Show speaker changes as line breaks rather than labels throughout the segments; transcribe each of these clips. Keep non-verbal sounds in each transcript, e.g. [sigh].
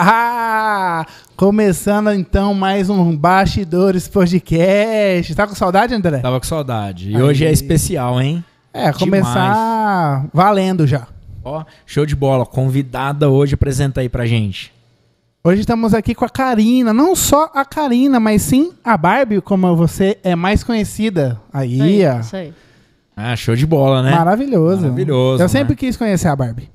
Ah! Começando então mais um Bastidores Podcast. Tá com saudade, André?
Tava com saudade. E hoje é especial, hein?
É, começar valendo já.
Ó, show de bola. Convidada hoje, apresenta aí pra gente.
Hoje estamos aqui com a Karina, não só a Karina, mas sim a Barbie, como você é mais conhecida. Aí, ó.
É Isso aí.
Ah, show de bola, né?
Maravilhoso.
Maravilhoso,
Eu sempre
né?
quis conhecer a Barbie.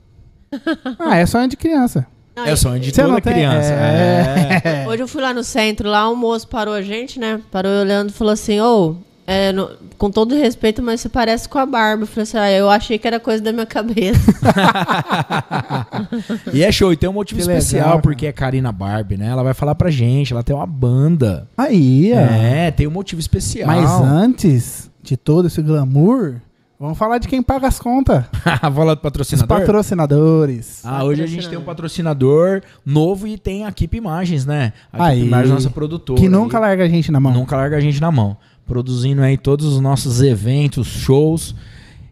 ah, é sonho de criança.
Não,
É o sonho de
Você não
toda
tem-
criança.
É.
É.
Hoje eu fui lá no centro, lá o moço parou a gente, né? Parou olhando e falou assim, ô, é, no- com todo respeito, mas você parece com a Barbie. Eu falei assim, ah, eu achei que era coisa da minha cabeça.
E é show. E tem um motivo
Que legal,
especial,
cara.
porque é Karina Barbie, né? Ela vai falar pra gente. Ela tem uma banda.
Aí, ó.
É, tem um motivo especial. [laughs]
Mas antes de todo esse glamour, vamos falar de quem paga as contas.
a bola do
Os
patrocinador.
patrocinadores.
Ah, hoje a gente tem um patrocinador novo e tem a Keep Imagens, né? A
Aí.
Keep Imagens, nossa produtora.
que nunca
aí.
larga a gente na mão.
Nunca larga a gente na mão. Produzindo aí todos os nossos eventos, shows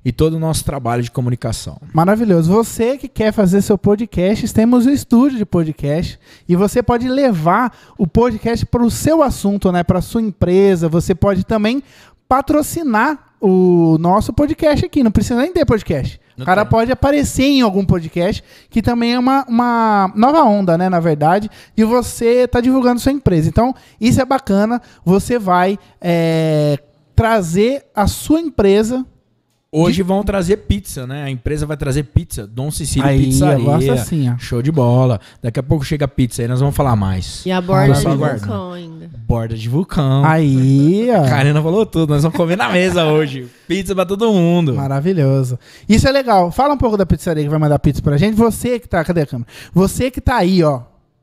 e todo o nosso trabalho de comunicação.
Maravilhoso. Você que quer fazer seu podcast, temos o estúdio de podcast e você pode levar o podcast para o seu assunto, né? Para sua empresa. Você pode também patrocinar o nosso podcast aqui. Não precisa nem ter podcast.
Não
o cara
tem.
pode aparecer em algum podcast, que também é uma, uma nova onda, né? Na verdade, de você estar divulgando sua empresa. Então, isso é bacana. Você vai é, trazer a sua empresa
Hoje vão trazer pizza, né? A empresa vai trazer pizza. Dom Cecílio
Aí, eu gosto
Pizzaria.
assim, ó.
Show de bola. Daqui a pouco chega a pizza aí, nós vamos falar mais.
[laughs] E a borda
Só
de
aguardando.
vulcão ainda.
Borda de vulcão.
Aí, ó.
A Karina falou tudo, nós vamos comer na
[laughs]
mesa hoje. Pizza pra todo mundo.
Maravilhoso. Isso é legal. Fala um pouco da pizzaria que vai mandar pizza pra gente. Você que tá. Cadê a câmera? Você que tá aí, ó.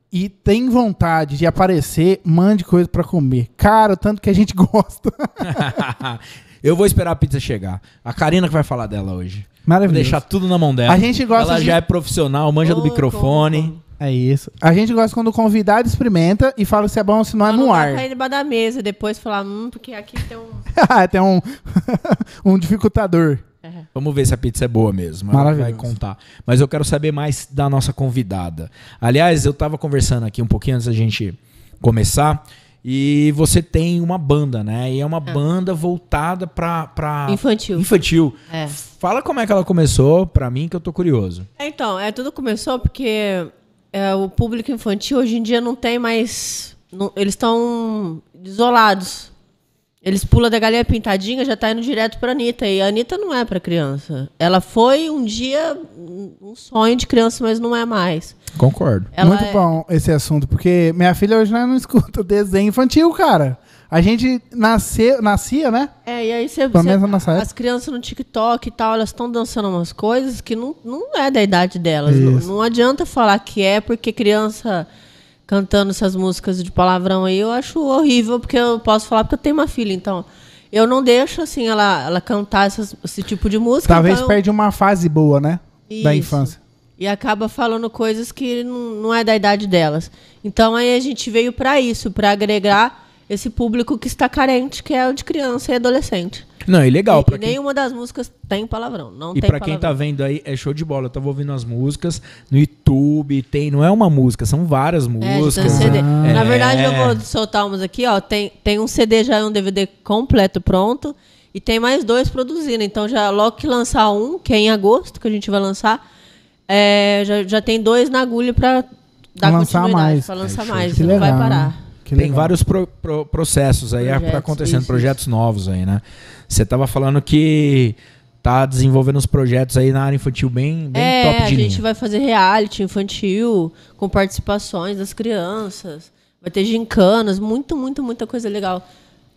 E tem vontade de aparecer, mande coisa pra comer. Cara, o tanto que a gente [laughs] gosta. tá.
[laughs] Eu vou esperar a pizza chegar. A Karina que vai falar dela hoje. Vou
Maravilhoso.
deixar tudo na mão dela.
A gente gosta
Ela
de-
já é profissional, manja do
Oi,
microfone.
como-
É isso. A gente gosta quando o convidado experimenta e fala se é bom ou se não é
Só
no
não dá
[laughs]
pra
ar.
ir debaixo da mesa depois falar, hum, porque aqui tem um...
tem um, [laughs] um dificultador.
Vamos ver se a pizza é boa mesmo. Ela
Maravilhoso.
vai contar. Mas eu quero saber mais da nossa convidada. Aliás, eu tava conversando aqui um pouquinho antes da gente começar. E você tem uma banda, né? E é uma banda voltada pra.
Ah.
pra...
Infantil.
Infantil.
É.
Fala como é que ela começou, pra mim, que eu tô curioso.
É, Então, é, tudo começou porque é, o público infantil hoje em dia não tem mais. não- eles estão isolados. Eles pulam da galinha pintadinha, já tá indo direto pra Anitta. E a Anitta não é pra criança. Ela foi um dia um- um sonho de criança, mas não é mais.
Concordo.
Ela
Muito
é-
bom esse assunto, porque minha filha hoje né, não escuta desenho infantil, cara. A gente nasceu, nascia, né?
É, e aí você.
Pelo
você-
menos na nossa
As crianças no TikTok e tal, elas estão dançando umas coisas que não, não é da idade delas. Não,
Isso.
não adianta falar que é, porque criança cantando essas músicas de palavrão aí, eu acho horrível, porque eu posso falar porque eu tenho uma filha, então. Eu não deixo, assim, ela, ela cantar essas- esse tipo de música.
Talvez
então eu-
perde uma fase boa, né? Da
Isso.
infância.
E acaba falando coisas que não não é da idade delas. Então aí a gente veio pra isso, pra agregar esse público que está carente, que é o de criança e adolescente.
Não, e legal.
E-
pra
e
quem...
nenhuma das músicas tem palavrão. Não
E
tem
pra quem tá
palavrão.
vendo aí, é show de bola. Eu tava ouvindo as músicas no YouTube, tem, não é uma música, são várias
É, já tem
músicas.
CD.
né?
Na
É.
verdade, eu vou soltar umas aqui, ó. Tem, tem um CD já e um DVD completo pronto. E tem mais dois produzindo. Então, já logo que lançar um, que é em agosto, que a gente vai lançar, é, já, já tem dois na agulha pra dar
lançar
continuidade.
mais.
Pra lançar
É, show.
mais.
Que
não vai
legal,
parar.
né? Que
tem
legal.
vários pro- pro- processos aí
Projetos,
tá acontecendo,
isso,
projetos novos aí, né? Você tava falando que tá desenvolvendo uns projetos aí na área infantil bem, bem
é,
top de
a gente
linha.
vai fazer reality infantil, com participações das crianças. Vai ter gincanas, muito, muito, muita coisa legal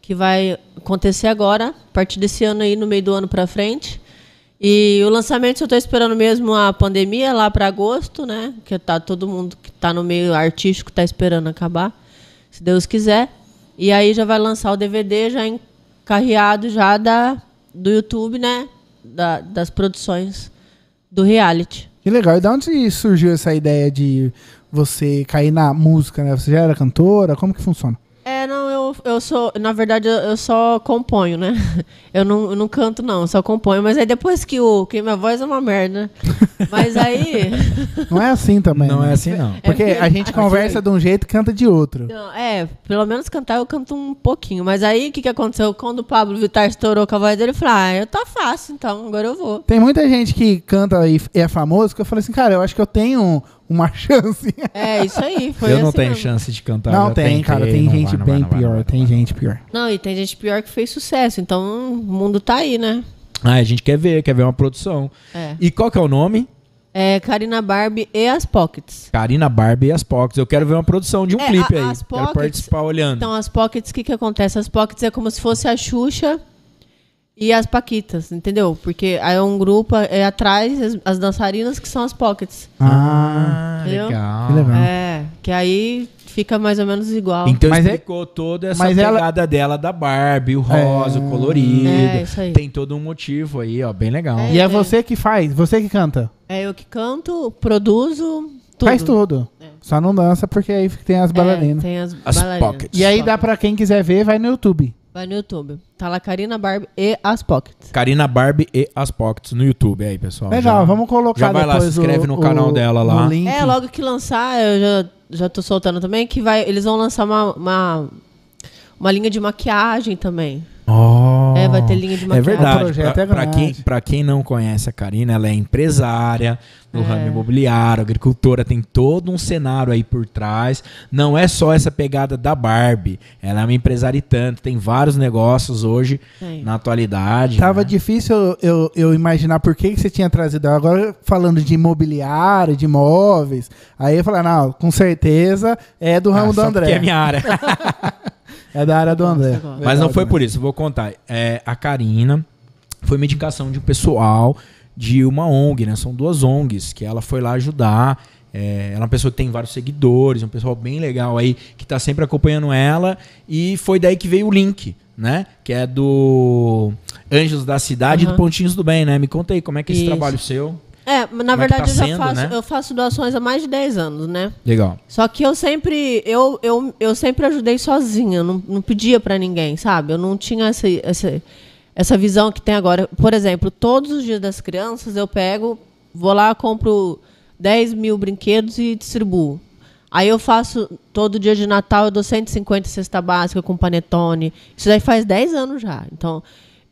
que vai acontecer agora, a partir desse ano aí, no meio do ano pra frente. E o lançamento, eu tô esperando mesmo a pandemia é lá pra agosto, né? Que tá todo mundo que tá no meio artístico tá esperando acabar, se Deus quiser. E aí já vai lançar o DVD já encarreado já da do YouTube, né? Da- das produções do reality.
Que legal. E de onde surgiu essa ideia de você cair na música, né? Você já era cantora? Como que funciona?
É, não, eu eu, eu sou, na verdade, eu, eu só componho, né? [laughs] Eu não, eu não canto, não, eu só componho. Mas aí depois que o. Que minha voz é uma
[laughs]
merda. Mas aí.
Não é assim também.
Não
né?
é assim, não.
Porque
É porque-
a gente conversa de um jeito e canta de outro.
Não, é, pelo menos cantar eu canto um pouquinho. Mas aí o que, que aconteceu? Quando o Pablo Vittar estourou com a voz dele, eu falei, ah, eu tá fácil, então agora eu vou.
Tem muita gente que canta e f- é famoso que eu falei assim, cara, eu acho que eu tenho uma [laughs] chance.
É
[laughs]
isso aí. [laughs] Foi
Eu não
assim
tenho
mesmo.
chance de cantar.
não
já
tem,
Tá, tentei,
cara, tem
não
gente
vai, não vai,
bem
não vai,
pior,
não vai,
tem
não vai.
gente pior.
Não, e tem gente pior que fez sucesso, então o mundo tá aí, né?
Ah, a gente quer ver, quer ver uma produção.
É.
E qual que é o nome?
É, Karina Barbie e as Pockets.
Karina Barbie e as Pockets. Eu quero ver uma produção de um
É,
clipe
a-
aí.
as
quero
Pockets-
participar olhando.
Então, as Pockets, o que que acontece? As Pockets é como se fosse a Xuxa e as Paquitas, entendeu? Porque aí é um grupo é, atrás, as, as dançarinas que são as Pockets.
Ah,
entendeu?
legal.
que legal.
É, que aí fica mais ou menos igual.
Ah. Então
Mas é-
explicou toda essa
mas ela-
pegada dela da Barbie, o rosa, o colorido.
É, isso aí.
Tem todo um motivo aí, ó, bem legal.
E é você que faz, você que canta.
É eu que canto, produzo, tudo.
Faz tudo. Só não dança porque aí fica- tem as
É,
bailarinas.
tem as,
As
bailarinas.
Pockets.
E aí dá pra quem quiser ver, vai no YouTube.
Vai no YouTube. Tá lá Karina Barbie e as Pockets.
Karina Barbie e as Pockets no YouTube aí, pessoal.
Legal,
Já-
vamos colocar
já vai lá,
depois
se inscreve
o-
no
o-
canal dela lá.
o link.
É, logo que lançar, eu já, já tô soltando também, que vai, eles vão lançar uma, uma, uma linha de maquiagem também.
Ó.
É, vai ter linha de
É
maquiagem.
O
verdade.
projeto
Pra,
é
pra
grande.
quem, pra quem não conhece a Karina, ela é empresária
É.
no ramo imobiliário, agricultora, tem todo um cenário aí por trás. Não é só essa pegada da Barbie. Ela é uma empresária e tanto, tem vários negócios hoje
Tem.
na atualidade.
Tava
né?
difícil eu, eu, eu imaginar por que, que você tinha trazido. ela. Agora, falando de imobiliário, de imóveis, aí eu falei, "Ah, não, com certeza é do
Ah,
ramo do
só porque
André.
é
[laughs]
minha área.
É da área do André.
gosto.
Mas não foi por isso, eu vou contar. É, a Karina foi uma indicação de um pessoal de uma ONG, né? São duas ONGs que ela foi lá ajudar. É, ela é uma pessoa que tem vários seguidores, um pessoal bem legal aí que tá sempre acompanhando ela. E foi daí que veio o link, né? Que é do Anjos da Cidade e
Aham.
do Pontinhos do Bem, né? Me conta aí como é que é esse
Isso.
trabalho seu.
É, mas na
Como é que
verdade
tá
eu já
sendo,
faço,
né?
eu faço doações há mais de 10 anos, né?
Legal.
Só que eu sempre, eu, eu, eu sempre ajudei sozinha, não, não pedia pra ninguém, sabe? Eu não tinha essa, essa, essa visão que tem agora. Por exemplo, todos os dias das crianças eu pego, vou lá, compro 10 mil brinquedos e distribuo. Aí eu faço, todo dia de Natal eu dou 150 cesta básica com panetone. Isso daí faz 10 anos já. Então,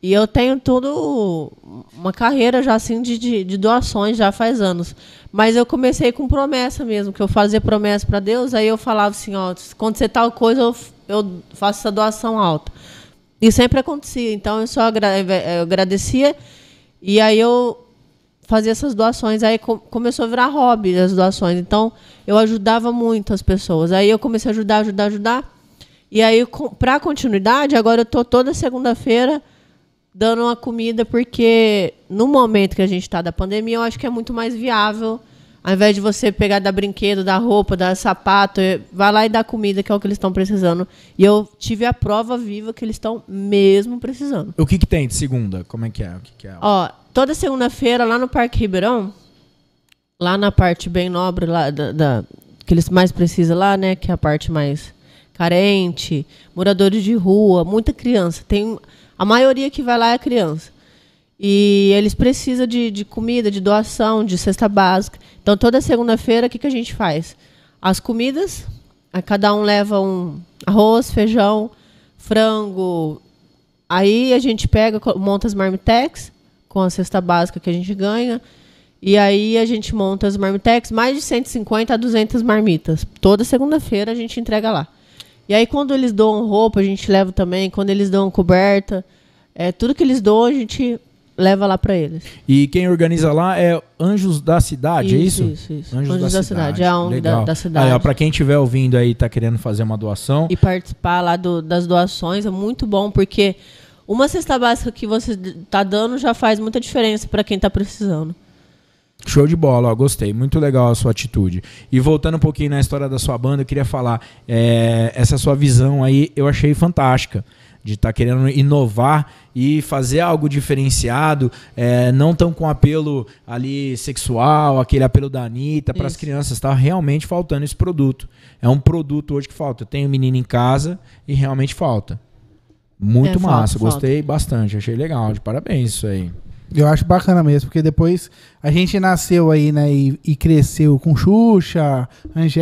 e eu tenho todo uma carreira já assim de, de, de doações já faz anos. Mas eu comecei com promessa mesmo, que eu fazia promessa para Deus, aí eu falava assim, ó, quando você tal coisa, eu, f- eu faço essa doação alta. E sempre acontecia. Então eu só agra- eu agradecia e aí eu fazia essas doações. Aí co- começou a virar hobby as doações. Então eu ajudava muito as pessoas. Aí eu comecei a ajudar, ajudar, ajudar. E aí, para continuidade, agora eu tô toda segunda-feira dando uma comida, porque no momento que a gente está da pandemia, eu acho que é muito mais viável. Ao invés de você pegar da brinquedo, da roupa, da sapato, eh, vai lá e dá comida, que é o que eles estão precisando. E eu tive a prova viva que eles estão mesmo precisando.
O que, que tem de segunda? Como é que é? O que, que é?
Ó, toda segunda-feira lá no Parque Ribeirão, lá na parte bem nobre, lá da, da- que eles mais precisam lá, né? Que é a parte mais carente, moradores de rua, muita criança. Tem a maioria que vai lá é criança. E eles precisam de, de comida, de doação, de cesta básica. Então toda segunda-feira o que, que a gente faz? As comidas, a cada um leva um arroz, feijão, frango, Aí a gente pega, co- monta as marmitex com a cesta básica que a gente ganha. E aí a gente monta as marmitex, mais de 150 a 200 marmitas. Toda segunda-feira a gente entrega lá. E aí quando eles doam roupa, a gente leva também. Quando eles doam coberta, é, tudo que eles doam, a gente leva lá para eles.
E quem organiza lá é Anjos da Cidade, é isso?
Isso, isso. Anjos da Cidade, é a ONG da-
Legal.
da cidade.
Aí, ó, pra quem estiver ouvindo aí e tá querendo fazer uma doação,
e participar lá do- das doações é muito bom, porque uma cesta básica que você d- tá dando já faz muita diferença para quem tá precisando.
show de bola, ó, gostei. Muito legal a sua atitude. E voltando um pouquinho na história da sua banda, eu queria falar, é, essa sua visão aí eu achei fantástica. de estar querendo inovar e fazer algo diferenciado, é, não tão com apelo ali sexual, aquele apelo da Anitta para as
Isso.
crianças, está realmente faltando esse produto. É um produto hoje que falta. Eu tenho um menino em casa e realmente falta. Muito
É, falta,
massa,
falta.
gostei bastante, achei legal, de parabéns isso aí.
Eu acho bacana mesmo, porque depois a gente nasceu aí, né, e, e cresceu com Xuxa,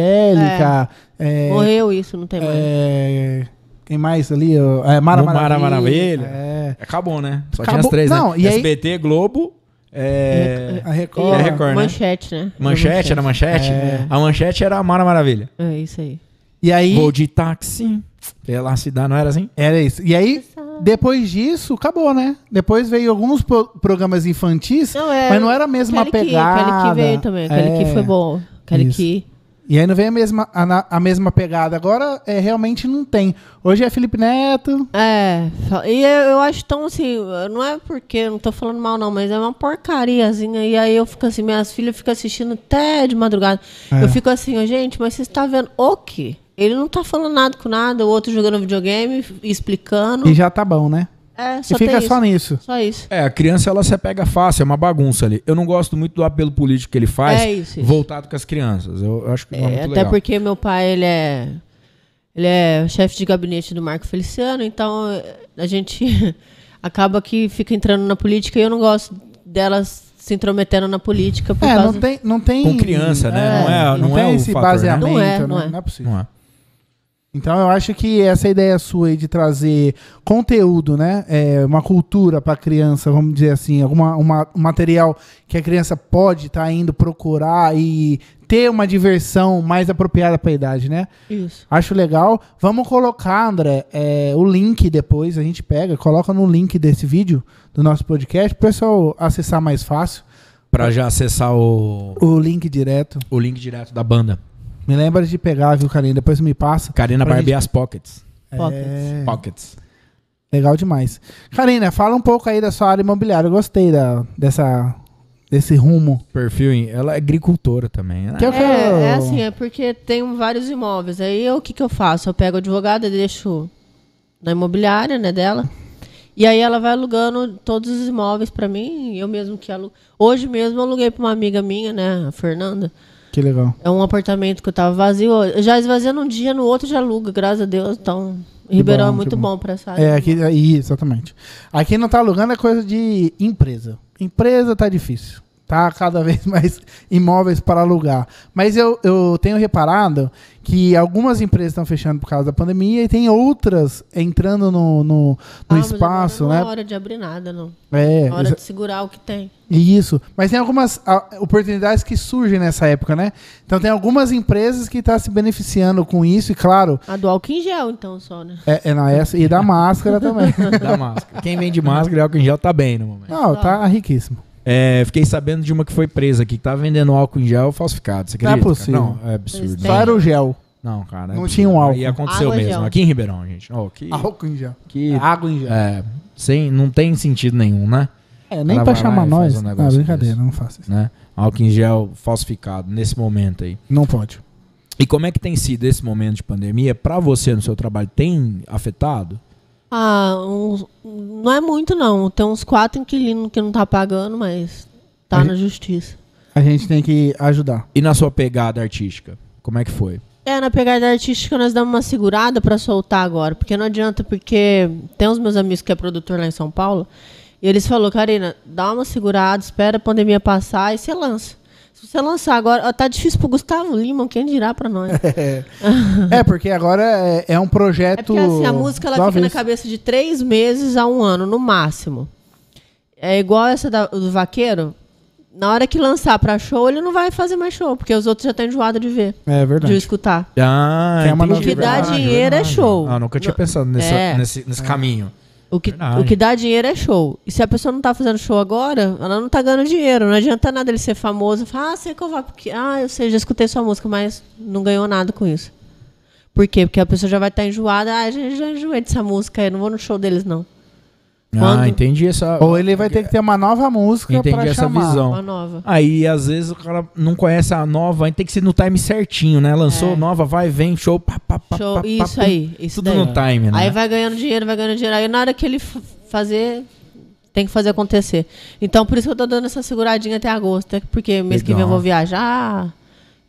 Angélica, é,
Morreu isso, não tem mais.
é, quem mais ali? Ó, É, Mara
No Mara
Maravilha.
Maravilha.
É,
Acabou, né? Só
Acabou.
tinha as três,
Não,
né?
e aí-
SBT, Globo, é...
a
E
Record.
é Record, né?
Manchete, né?
Manchete, era manchete?
É.
A manchete era a Mara Maravilha.
É isso aí.
E aí,
Vou de táxi pela cidade, não era assim?
era isso. E aí, depois disso, acabou, né? Depois veio alguns pro- programas infantis,
Não, é-
mas não era a mesma
Kelly Key,
pegada.
Kelly Key veio também. Kelly Key
É.
foi bom. Kelly
Isso.
Key.
E aí não vem a mesma, a, na- a mesma pegada. Agora é, realmente não tem. Hoje é Felipe Neto.
É, fa- e eu eu acho tão assim, não é porque, eu não tô falando mal não, mas é uma porcariazinha. E aí eu fico assim, minhas filhas ficam assistindo até de madrugada.
É.
Eu fico assim, ó, gente, mas vocês tá vendo o quê? Ele não tá falando nada com nada, o outro jogando videogame, f- explicando.
E já tá bom, né?
É,
E
só
fica
tem
só
isso.
nisso.
Só isso.
É, a criança ela se apega fácil, é uma bagunça ali. Eu não gosto muito do apelo político que ele faz
É isso, isso.
voltado com as crianças. Eu, eu acho que não é,
É,
muito
até
legal.
porque meu pai, ele é. Ele é chefe de gabinete do Marco Feliciano, então eh, a gente [laughs] acaba que fica entrando na política e eu não gosto delas se intrometendo na política por
É,
causa
não tem, não tem.
Com criança, né? Não é- não
tem
é o
esse
fator, né?
baseamento,
Não é,
né?
não é.
Não é possível.
Não é.
Então eu acho que essa ideia sua aí de trazer conteúdo, né? É, uma cultura para a criança, vamos dizer assim, alguma, uma, um material que a criança pode estar indo procurar e ter uma diversão mais apropriada para a idade, né?
Isso.
Acho legal. Vamos colocar, André, é, o link depois, a gente pega, coloca no link desse vídeo do nosso podcast, para o pessoal acessar mais fácil.
Pra já acessar o,
O link direto.
o link direto da banda.
Me lembra de pegar, viu, Karine? Depois me passa.
Karina
Pra
Barbias Pockets.
Pockets.
É,
Pockets.
legal demais. Karina, fala um pouco aí da sua área imobiliária. Eu gostei da, dessa, desse rumo.
Perfil, em- ela é agricultora também. né?
Que eu quero-
É, é assim, é porque tem vários imóveis. Aí eu, o que, que eu faço? Eu pego a advogada e deixo na imobiliária né, dela. E aí ela vai alugando todos os imóveis pra mim, eu mesmo que alugo. Hoje mesmo eu aluguei pra uma amiga minha, né, a Fernanda.
Que legal.
É um apartamento que eu tava vazio. Eu Já esvaziando um dia, no outro já aluga, graças a Deus. Então, Ribeirão
bom,
é
que
muito
bom.
bom, pra essa área.
É, aqui, aí, exatamente. Aqui não tá alugando é coisa de empresa. Empresa tá difícil. Tá cada [laughs] vez mais imóveis para alugar. Mas eu, eu tenho reparado que algumas empresas estão fechando por causa da pandemia e tem outras entrando no, no, no
Ah, mas agora
espaço,
não
né?
é hora de abrir nada, não.
É,
É hora
exa-
de segurar o que tem.
isso. Mas tem algumas ah, oportunidades que surgem nessa época, né? Então tem algumas empresas que estão se beneficiando com isso, e claro,
A do álcool em gel, então, só, né?
é, é na essa, e da [laughs] máscara também.
Da máscara. Quem vende máscara e álcool em gel tá bem no momento.
Não, tá riquíssimo.
É, fiquei sabendo de uma que foi presa aqui, que tava vendendo álcool em gel falsificado. Você
Não é
acredita, cara?
possível.
Não, é absurdo.
Tem.
Só era o gel.
Não, cara. é
Não
absurdo.
tinha um álcool.
E aconteceu
Água,
mesmo.
gel.
Aqui em Ribeirão, gente. Ó, que,
Álcool em gel.
que-
Água em gel.
é, sem, não tem sentido nenhum, né?
É, nem
Ela
pra
vai lá
chamar
e
nós.
faz um
não,
negócio
brincadeira,
desse.
não faça isso.
né? Álcool em gel falsificado nesse momento aí.
Não pode.
E como é que tem sido esse momento de pandemia pra você no seu trabalho? Tem afetado?
Ah, uns- não é muito não. Tem uns quatro inquilinos que não tá pagando, mas tá na justiça.
A gente tem que ajudar.
E na sua pegada artística? Como é que foi?
É, na pegada artística nós damos uma segurada pra soltar agora, porque não adianta, porque tem uns meus amigos que é produtor lá em São Paulo, e eles falaram, Karina, dá uma segurada, espera a pandemia passar e você lança. Se você lançar agora, ó, tá difícil pro Gustavo Lima, quem dirá pra nós?
é, porque agora é, é um projeto.
É porque assim, a música ela
do
fica na
avesso.
cabeça de três meses a um ano, no máximo. É igual essa da- do vaqueiro. Na hora que lançar pra show, ele não vai fazer mais show, porque os outros já estão enjoados de ver,
É verdade.
de escutar.
Ah,
Tem uma
entendi.
O que dá
Verdade,
dinheiro é
verdade.
show.
Ah, nunca tinha pensado nessa-
É.
nesse, nesse caminho.
O que,
Verdade.
o que dá dinheiro é show. E se a pessoa não tá fazendo show agora, ela não tá ganhando dinheiro. Não adianta nada ele ser famoso. Falar, ah, sei que eu vou. Porque, ah, eu sei, já escutei sua música, mas não ganhou nada com isso. tá Por quê? Porque a pessoa já vai estar enjoada. Ah, já, já enjoei dessa música, eu não vou no show deles, não.
Ah,
Quando-
entendi essa.
Ou ele vai ter que ter uma nova música
Entendi
pra
essa
chamar.
visão.
Uma nova.
Aí, às vezes, o cara não conhece a nova, aí tem que ser no time certinho, né? Lançou
É.
nova, vai, vem, show, pá, pá, pá,
Show,
pá, pá,
isso
pum.
aí. Isso
Tudo
daí.
no time, né?
Aí vai ganhando dinheiro, vai ganhando dinheiro. Aí na hora que ele f- fazer, tem que fazer acontecer. Então por isso que eu tô dando essa seguradinha até agosto. Até porque mês que vem eu
Legal.
vou viajar,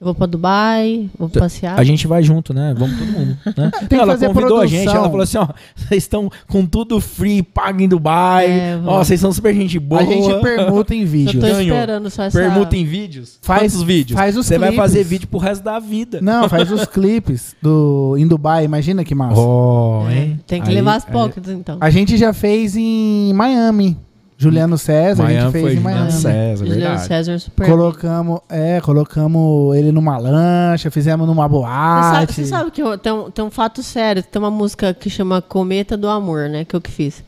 eu vou pra Dubai, vou passear.
A gente vai junto, né? Vamos todo mundo.
[laughs]
né?
que
ela
fazer
convidou a gente,
produção.
ela falou assim: ó, vocês estão com tudo free, paga em Dubai.
É, vamos.
ó, vocês são super gente boa.
A gente permuta em
eu
vídeo.
tô
Ganhou.
esperando só essa.
Permuta em vídeos?
Faz-
Quantos vídeos?
faz os
Você vai
clipes.
fazer vídeo pro resto da vida.
Não, faz os clipes do em Dubai, imagina que massa.
Oh,
É,
hein?
tem que
Aí-
levar as
aí-
pockets, então.
A gente já fez em Miami. Juliano César, a
Miami
gente fez
foi
em
Juliano
Miami.
César,
Juliano
verdade.
César super.
Colocamos, é, colocamos ele numa lancha, fizemos numa
Você sabe,
boate.
você sabe que eu- tem, um, tem um fato sério, tem uma música que chama Cometa do Amor, né? Que eu que fiz.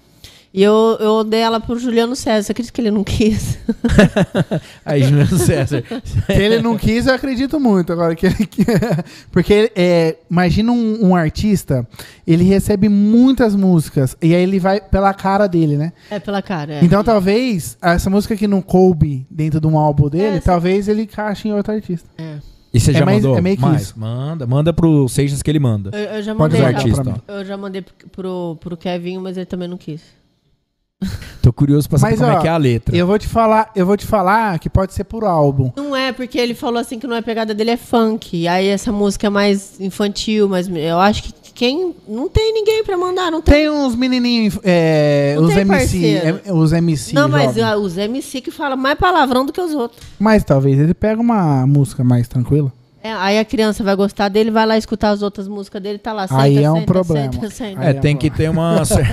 E eu, eu dei ela pro Juliano César, você acredita que ele não [laughs] quis?
[laughs] Aí, Juliano César.
Que ele não quis, eu acredito muito agora que ele [laughs] que- Porque é, imagina um, um artista, ele recebe muitas músicas e aí ele vai pela cara dele, né?
É pela cara. é.
Então talvez essa música que não coube dentro de um álbum dele,
É, sim.
talvez ele encaixe em outro artista.
É.
E você
É
já
mais-
mandou?
é meio que
Mais.
isso.
Manda, manda pro Seixas que ele manda.
Eu, eu já
Pode
mandei.
Os
usar
já-
artista.
artistas.
pra
ó.
mim.
Eu já mandei pro, pro, pro Kevin, mas ele também não quis.
Tô curioso pra saber
Mas,
como
ó,
é que é a
Tá.
letra.
Eu vou te falar, eu vou te falar que pode ser por álbum.
Não é, porque ele falou assim que não é pegada dele, é funk. Aí essa música é mais infantil, mas eu acho que quem. Não tem ninguém pra mandar, não tem.
Tem uns menininhos, é,
Não
os,
tem
MC,
parceiro.
é, os MC,
não, mas
jovem.
ah, os MC que fala mais palavrão do que os outros.
mas talvez ele pega uma música mais tranquila.
É, aí a criança vai gostar dele, vai lá escutar as outras músicas dele, tá lá.
Aí é um problema.
Senta, senta.
É, tem que ter [laughs] uma. cer-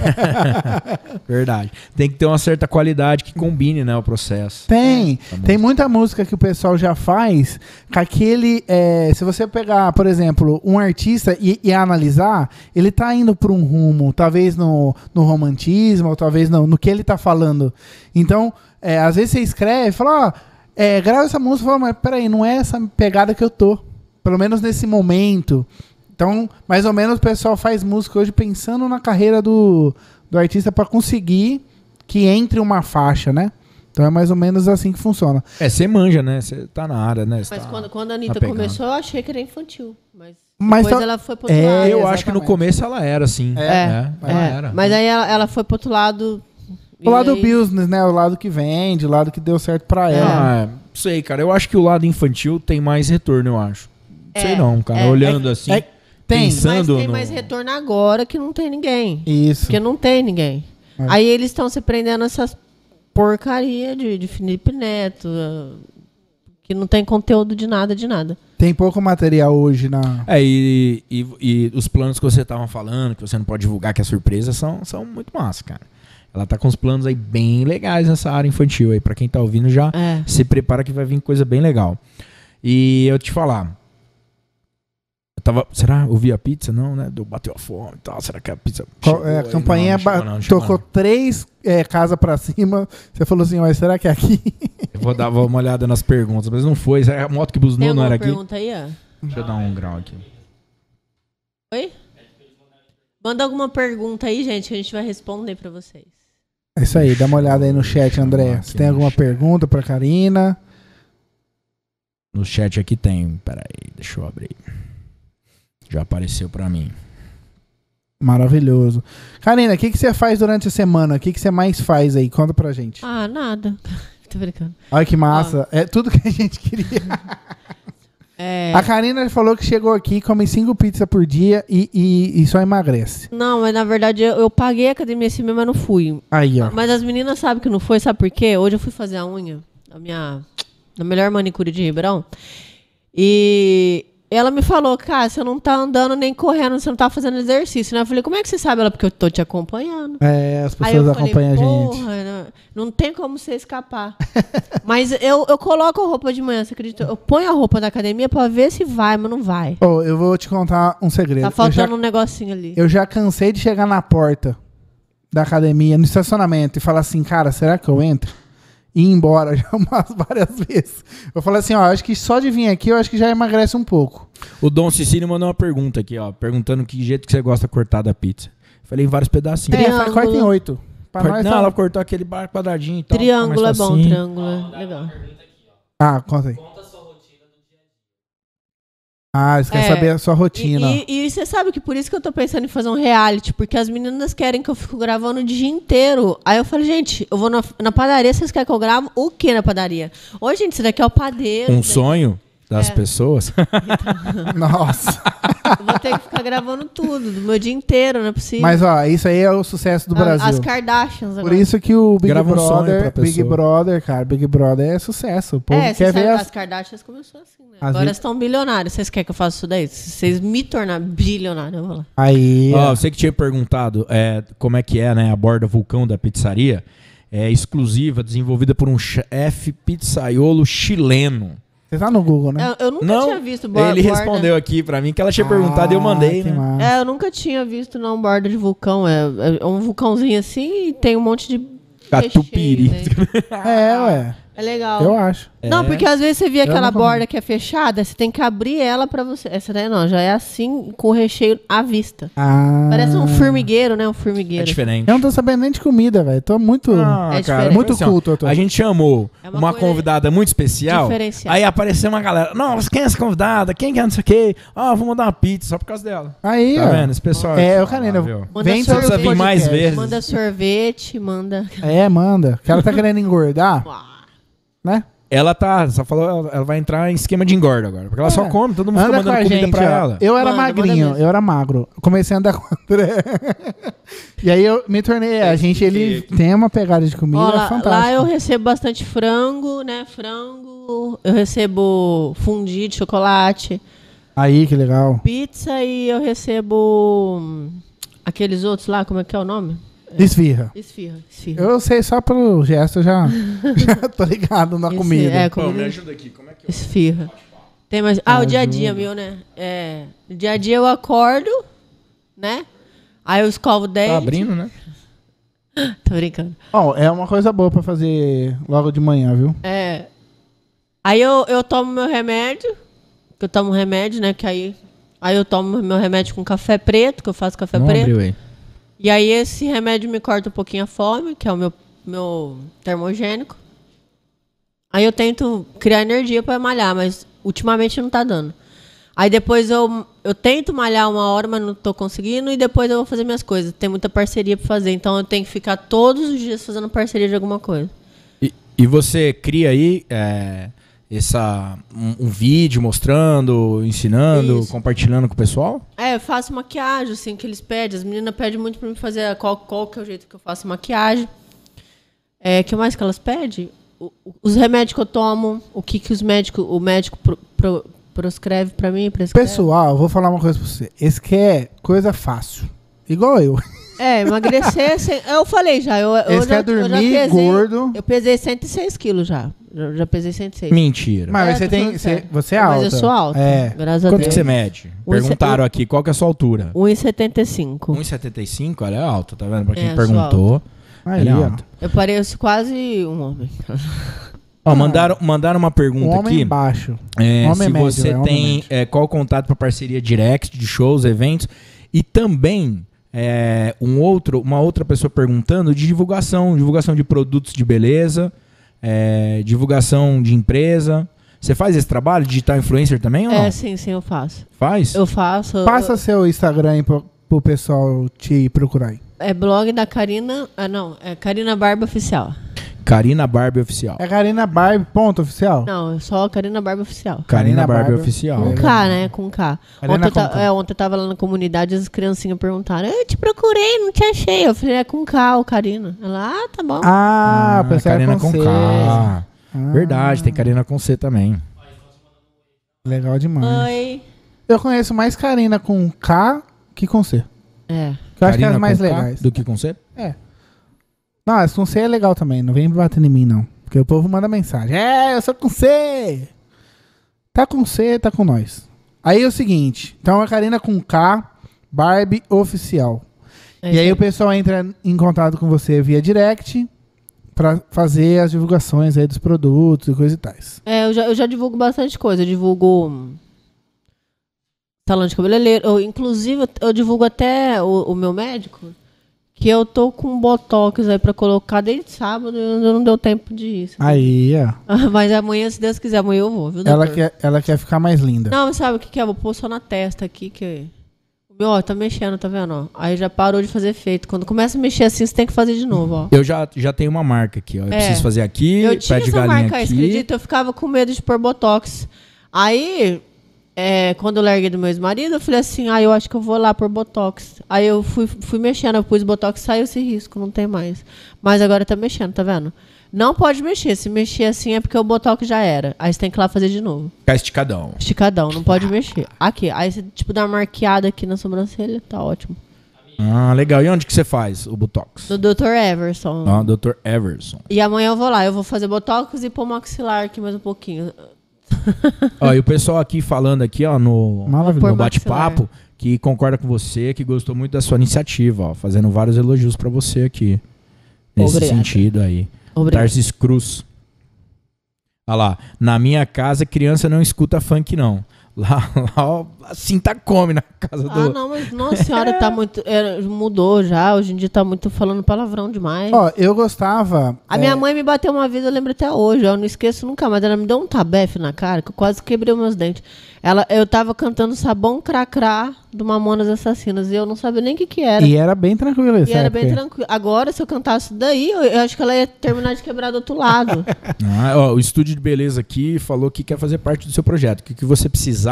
Verdade. Tem que ter uma certa qualidade que combine, né, o processo.
Tem. tem muita música que o pessoal já faz com aquele. é, se você pegar, por exemplo, um artista e, e analisar, ele tá indo por um rumo, talvez no, no romantismo, ou talvez no, no que ele tá falando. Então, é, às vezes você escreve e fala, ó, é, grava essa música e fala, mas peraí, não é essa pegada que eu tô. Pelo menos nesse momento. Então, mais ou menos o pessoal faz música hoje pensando na carreira do, do artista para conseguir que entre uma faixa, né? Então é mais ou menos assim que funciona.
É, você manja, né? Você tá na área, né? Cê
Mas
tá-
quando, quando a Anitta
pegando.
começou, eu achei que era infantil. Mas,
Mas
depois
tá-
ela foi pro outro
É,
Eu
lado.
acho que no
exatamente.
começo ela era, assim.
É,
né? Ela
É,
era.
Mas aí ela, ela foi pro outro lado.
O
e
lado
aí- É.
business, né? O lado que vende, o lado que deu certo pra ela.
Ah, não sei, cara. Eu acho que o lado infantil tem mais retorno, eu acho. Não sei
É,
não, cara.
é.
Olhando assim.
É, tem.
pensando-
Mas tem
no-
mais retorno agora que não tem ninguém.
Isso.
Porque não tem ninguém.
Mas-
Aí eles estão se prendendo a essas porcaria de, de Felipe Neto, eh, que não tem conteúdo de nada, de nada.
Tem pouco material hoje na.
É, e, e- e os planos que você tava falando, que você não pode divulgar, que é surpresa, são, são muito massa, cara. Ela tá com uns planos aí bem legais nessa área infantil aí. Pra quem tá ouvindo já
É.
se prepara que vai vir coisa bem legal. E eu te falar. Eu tava. Será? Ouvi a pizza? Não, né? Deu, bateu a fome e tal. Será que a pizza.
Co-
chegou
é,
aí?
a campainha
Não, não chegou
ba-
não, não chegou
tocou
não.
três é, casas pra [laughs] cima. Você falou assim, mas será que é aqui? [laughs]
Eu vou dar uma olhada nas perguntas, mas não foi. Será que a moto que
Tem
buzinou não
alguma
era aqui?
pergunta aí? ó?
Deixa eu dar um grau aqui.
Oi? Manda alguma pergunta aí, gente, que a gente vai responder pra vocês.
É isso aí, dá uma olhada aí no chat,
Deixa eu olhar
André.
aqui
Se tem
no
alguma
chat.
pergunta pra Karina.
No chat aqui tem. Peraí, deixa eu abrir. Já apareceu pra mim.
Maravilhoso. Karina, o que, que você faz durante a semana? O que, que você mais faz aí? Conta pra gente.
Ah, nada. [laughs] Tô brincando.
Olha que massa. É tudo que a gente [laughs] queria.
É,
A Karina falou que chegou aqui, come cinco pizzas por dia e, e- e só emagrece.
Não, mas na verdade eu, eu paguei a academia esse mês, mas não fui.
Aí, ó.
Mas as meninas sabem que não foi, sabe por quê? Hoje eu fui fazer a unha da minha da melhor manicure de Ribeirão. E ela me falou, cara, você não tá andando nem correndo, você não tá fazendo exercício, né? Eu falei, como é que você sabe? Ela, porque eu tô te acompanhando.
É, as
Aí eu
pessoas acompanham a gente.
"Porra, não- não tem como você escapar.
[laughs]
mas eu, eu coloco a roupa de manhã, você acredita? Eu ponho a roupa da academia pra ver se vai, mas não vai.
Ô, eu vou te contar um segredo.
Tá faltando um negocinho ali.
Eu já, eu já cansei de chegar na porta da academia, no estacionamento, e falar assim, cara, será que eu entro? E ir embora [laughs] já umas várias vezes. Eu falo assim, ó, acho que só de vir aqui, eu acho que já emagrece um pouco.
O Dom Cecílio mandou uma pergunta aqui, ó. Perguntando que jeito que você gosta cortar da pizza. Falei em vários pedacinhos.
É, faz
Triângulo.
corta em oito. Pra
Cort-
nós
não,
tá-
ela cortou aquele barco quadradinho e tal.
é um
assim.
Triângulo é
mais
bom,
assim.
facinho.
triângulo é legal.
Ah, conta aí. Ah, eles querem
É.
saber a sua
E,
rotina.
e- e você sabe que por isso que eu tô pensando em fazer um reality, porque as meninas querem que eu fico gravando o dia inteiro. Aí eu falo, gente, eu vou na, na padaria, vocês querem que eu gravo o que na padaria? Ô, gente, isso daqui é o padeiro.
Um
isso
sonho das [laughs] pessoas.
Nossa.
daqui- Eu vou ter que ficar gravando tudo, do meu dia inteiro, não é possível.
Mas, ó, isso aí é o sucesso do
A- Ah, As
Brasil.
Kardashians
Por
agora.
isso que o Big
Grava um sonho
Brother,
pra
Big
pessoa.
Brother, cara, Big Brother é sucesso. O povo
é,
quer
vocês
ver
sabem,
as...
as Kardashians começou assim, né?
As
Agora
vi-
elas estão bilionárias. Vocês querem que eu faça isso daí? Se vocês me tornar bilionário, eu vou lá.
Aí, é.
Ó, você que tinha perguntado é, como é que é né, a borda vulcão da pizzaria, é exclusiva, desenvolvida por um chefe pizzaiolo chileno.
você tá no Google, né?
Eu, eu nunca
não,
tinha visto bo- borda.
ele respondeu aqui pra mim que ela tinha perguntado e eu
Ah,
mandei.
que
né?
massa.
É, eu nunca tinha visto não borda de vulcão. É, é um vulcãozinho assim e tem um monte de.
Catupiry.
recheio, né?
[laughs] É, ué.
É legal.
Eu acho. É.
Não, porque às vezes você vê aquela
nunca
borda que é fechada, você tem que abrir ela pra você. Essa daí não, já é assim com o recheio à vista.
Ah.
Parece um formigueiro, né? Um
É
formigueiro.
diferente.
Eu não tô sabendo nem de comida, velho. Tô muito.
Ah,
É
cara,
diferente.
muito
Assim, ó,
culto. eu tô. A gente chamou
É uma
uma,
coisa
convidada muito especial.
diferenciada.
Aí apareceu uma galera. Nossa, quem é essa convidada? Quem que é não sei o quê? Ah, vou mandar uma pizza só por causa dela.
Aí,
Tá
ó.
vendo? Esse pessoal.
É, eu,
Carina.
Karina.
Manda
Vem
sorvete.
todos os
Precisa vir mais
podcasts.
vezes.
Manda sorvete, manda.
É, manda. Que ela tá querendo engordar, né?
Ela tá, só falou, ela vai entrar em esquema de engorda agora. Porque ela só
É.
come, todo mundo fica
com a
mandando comida
gente,
pra
ó.
ela.
Eu era
Manda, manda
magrinho,
mesmo.
eu era magro. Comecei a andar com o André. [laughs] e aí eu me tornei. A gente, ele tem uma pegada de comida
É
é
Ó, lá,
fantástica.
lá eu recebo bastante frango, né? Frango, eu recebo fundi de chocolate,
Aí, que legal.
pizza e eu recebo hum, aqueles outros lá, como é que é o nome?
Esfirra.
Esfirra, esfirra.
Eu sei só pelo gesto, eu já,
[laughs]
já tô ligado na
Esse-
comida.
É, comida
ajuda aqui, como é que
Esfirra. Tem mais. Ah, o dia a dia meu, né? É. No dia a dia eu acordo, né? Aí eu escovo o dente.
Tá abrindo, né?
Tô brincando.
Ó, é uma coisa boa pra fazer logo de manhã, viu?
É. Aí eu, eu tomo meu remédio. Que eu tomo remédio, né? Que aí. Aí eu tomo meu remédio com café preto, que eu faço café
Não
tá preto.
abriu aí.
E aí esse remédio me corta um pouquinho a fome, que é o meu, meu termogênico. Aí eu tento criar energia pra malhar, mas ultimamente não tá dando. Aí depois eu, eu tento malhar uma hora, mas não tô conseguindo, e depois eu vou fazer minhas coisas. Tem muita parceria pra fazer, então eu tenho que ficar todos os dias fazendo parceria de alguma coisa.
E, e você cria aí é, essa, um, um vídeo mostrando, ensinando,
Isso.
compartilhando com o pessoal?
É, eu faço maquiagem, assim, que eles pedem. As meninas pedem muito pra mim fazer qual, qual que é o jeito que eu faço maquiagem. É, que mais que elas pedem? O- o- os remédios que eu tomo, o que que os médicos, o médico pro, pro- proscreve pra mim, prescreve.
Pessoal, eu vou falar uma coisa pra você. Esse que é coisa fácil. Igual
[laughs]
eu. [laughs]
É, emagrecer, sem- eu falei já, eu, eu
Eles
já,
querem
eu já
dormir,
pesei,
gordo.
Eu pesei 106 quilos já, já, já pesei 106.
Mentira.
Mas
É,
você
tô
tem.
falando
Você,
sério.
você é alta.
Mas eu sou alta,
É.
graças a
Quanto que
Deus.
você mede?
Um e se-
Perguntaram aqui, qual que é a sua altura?
1,75.
1,75? Ela é alta, tá vendo? Pra quem
É, sou
perguntou.
Aí,
ela é
ó.
alta.
Eu pareço quase um homem.
Ó, mandaram, mandaram uma
Um
pergunta
homem
aqui.
baixo.
É,
Homem
se
médio,
você
é, homem
tem
médio.
é, qual o contato para parceria direct de shows, eventos e também é, um outro, uma outra pessoa perguntando de divulgação, divulgação de produtos de beleza, é, divulgação de empresa. Você faz esse trabalho, digital influencer também ou não?
É, sim, sim, eu faço.
Faz?
Eu faço...
Passa seu Instagram aí pro, pro pessoal te procurar aí.
É blog da Karina. Ah, não. É Karina Barba Oficial.
Karina Barbie Oficial.
É Karina Barbie, ponto oficial?
Não, é só Karina Barba Oficial.
Karina
Karina
Barbie
Barbie.
Oficial.
Com K, né? Com K.
Karina
Ontem eu, ta-
com K.
é, ontem eu tava lá na comunidade e as criancinhas perguntaram: Eu te procurei, não te achei. Eu falei: É com K, o Karina. Ela, ah, tá bom.
Ah, pessoal.
Karina com
C.
K.
Ah,
Verdade, tem Karina com C também.
Legal demais.
Oi.
Eu conheço mais Karina com K que com C.
É.
Que eu acho que é
Karina
as mais
com K
legais.
Do que com C?
É. Não, as com C é legal também. Não vem batendo em mim, não. Porque o povo manda mensagem. É, eu sou com C. Tá com C, tá com nós. Aí é o seguinte. Então a Karina com K, Barbie Oficial.
É
e aí
isso
o pessoal entra em contato com você via direct pra fazer as divulgações aí dos produtos e coisa e tais.
É, eu já, eu já divulgo bastante coisa. Eu divulgo. hum, Salão de cabeleireiro. Eu, inclusive, eu divulgo até o, o meu médico, Que eu tô com botox aí pra colocar desde sábado e ainda não deu tempo de ir. sabe?
Aí, ó.
[laughs] Mas amanhã, se Deus quiser, amanhã eu vou, viu,
Ela
doutor?
quer, ela quer ficar mais linda.
Não, mas sabe o que, que é? Vou pôr só na testa aqui, que. O meu, ó, tá mexendo, tá vendo? Ó? Aí já parou de fazer efeito. Quando começa a mexer assim, você tem que fazer de novo, ó.
Eu já, já tenho uma marca aqui, ó. Eu
É.
preciso fazer aqui,
Eu tinha
pé de
essa
galinha
marca, aí, você
aqui.
acredita? Eu ficava com medo de pôr botox. Aí, é, quando eu larguei do meu ex-marido, eu falei assim: ah, eu acho que eu vou lá pôr botox. Aí eu fui, fui mexendo, eu pus botox, saiu esse risco, não tem mais. Mas agora tá mexendo, tá vendo? Não pode mexer. Se mexer assim é porque o botox já era. Aí você tem que ir lá fazer de novo.
Ficar esticadão.
Esticadão, um, não pode mexer. Aqui, aí você, tipo, dá uma marqueada aqui na sobrancelha, tá ótimo.
Ah, legal. E onde que você faz o Botox?
Do Dr. Everson.
Ah, Dr. Everson.
E amanhã eu vou lá, eu vou fazer botox e pôr maxilar aqui mais um pouquinho.
ó, e o pessoal aqui falando aqui, ó, no,
Maravilhoso.
no
Por
é.
bate-papo, que concorda com você, que gostou muito da sua iniciativa, ó, fazendo vários elogios pra você aqui. Nesse
Obrigada.
sentido aí.
Obrigado.
Tarsis Cruz. Olha lá. Na minha casa, criança não escuta funk, não. [laughs] Lá, lá ó, assim tá come na casa
Ah,
do.
não,
[laughs]
mas nossa senhora tá muito. é, mudou já, hoje em dia tá muito falando palavrão demais.
Ó, eu gostava.
a
é.
minha mãe me bateu uma vez, eu lembro até hoje, ó, eu não esqueço nunca mais. Ela me deu um tabefe na cara que eu quase quebrei meus dentes. Ela, eu tava cantando sabão cracrá do Mamonas Assassinas e eu não sabia nem o que, que era.
E era bem tranquilo
E era bem tranquilo. Agora, se eu cantasse daí, eu, eu acho que ela ia terminar de quebrar do
[laughs]
outro lado.
Ah, ó, o estúdio de beleza aqui falou que quer fazer parte do seu projeto. O que, que você precisar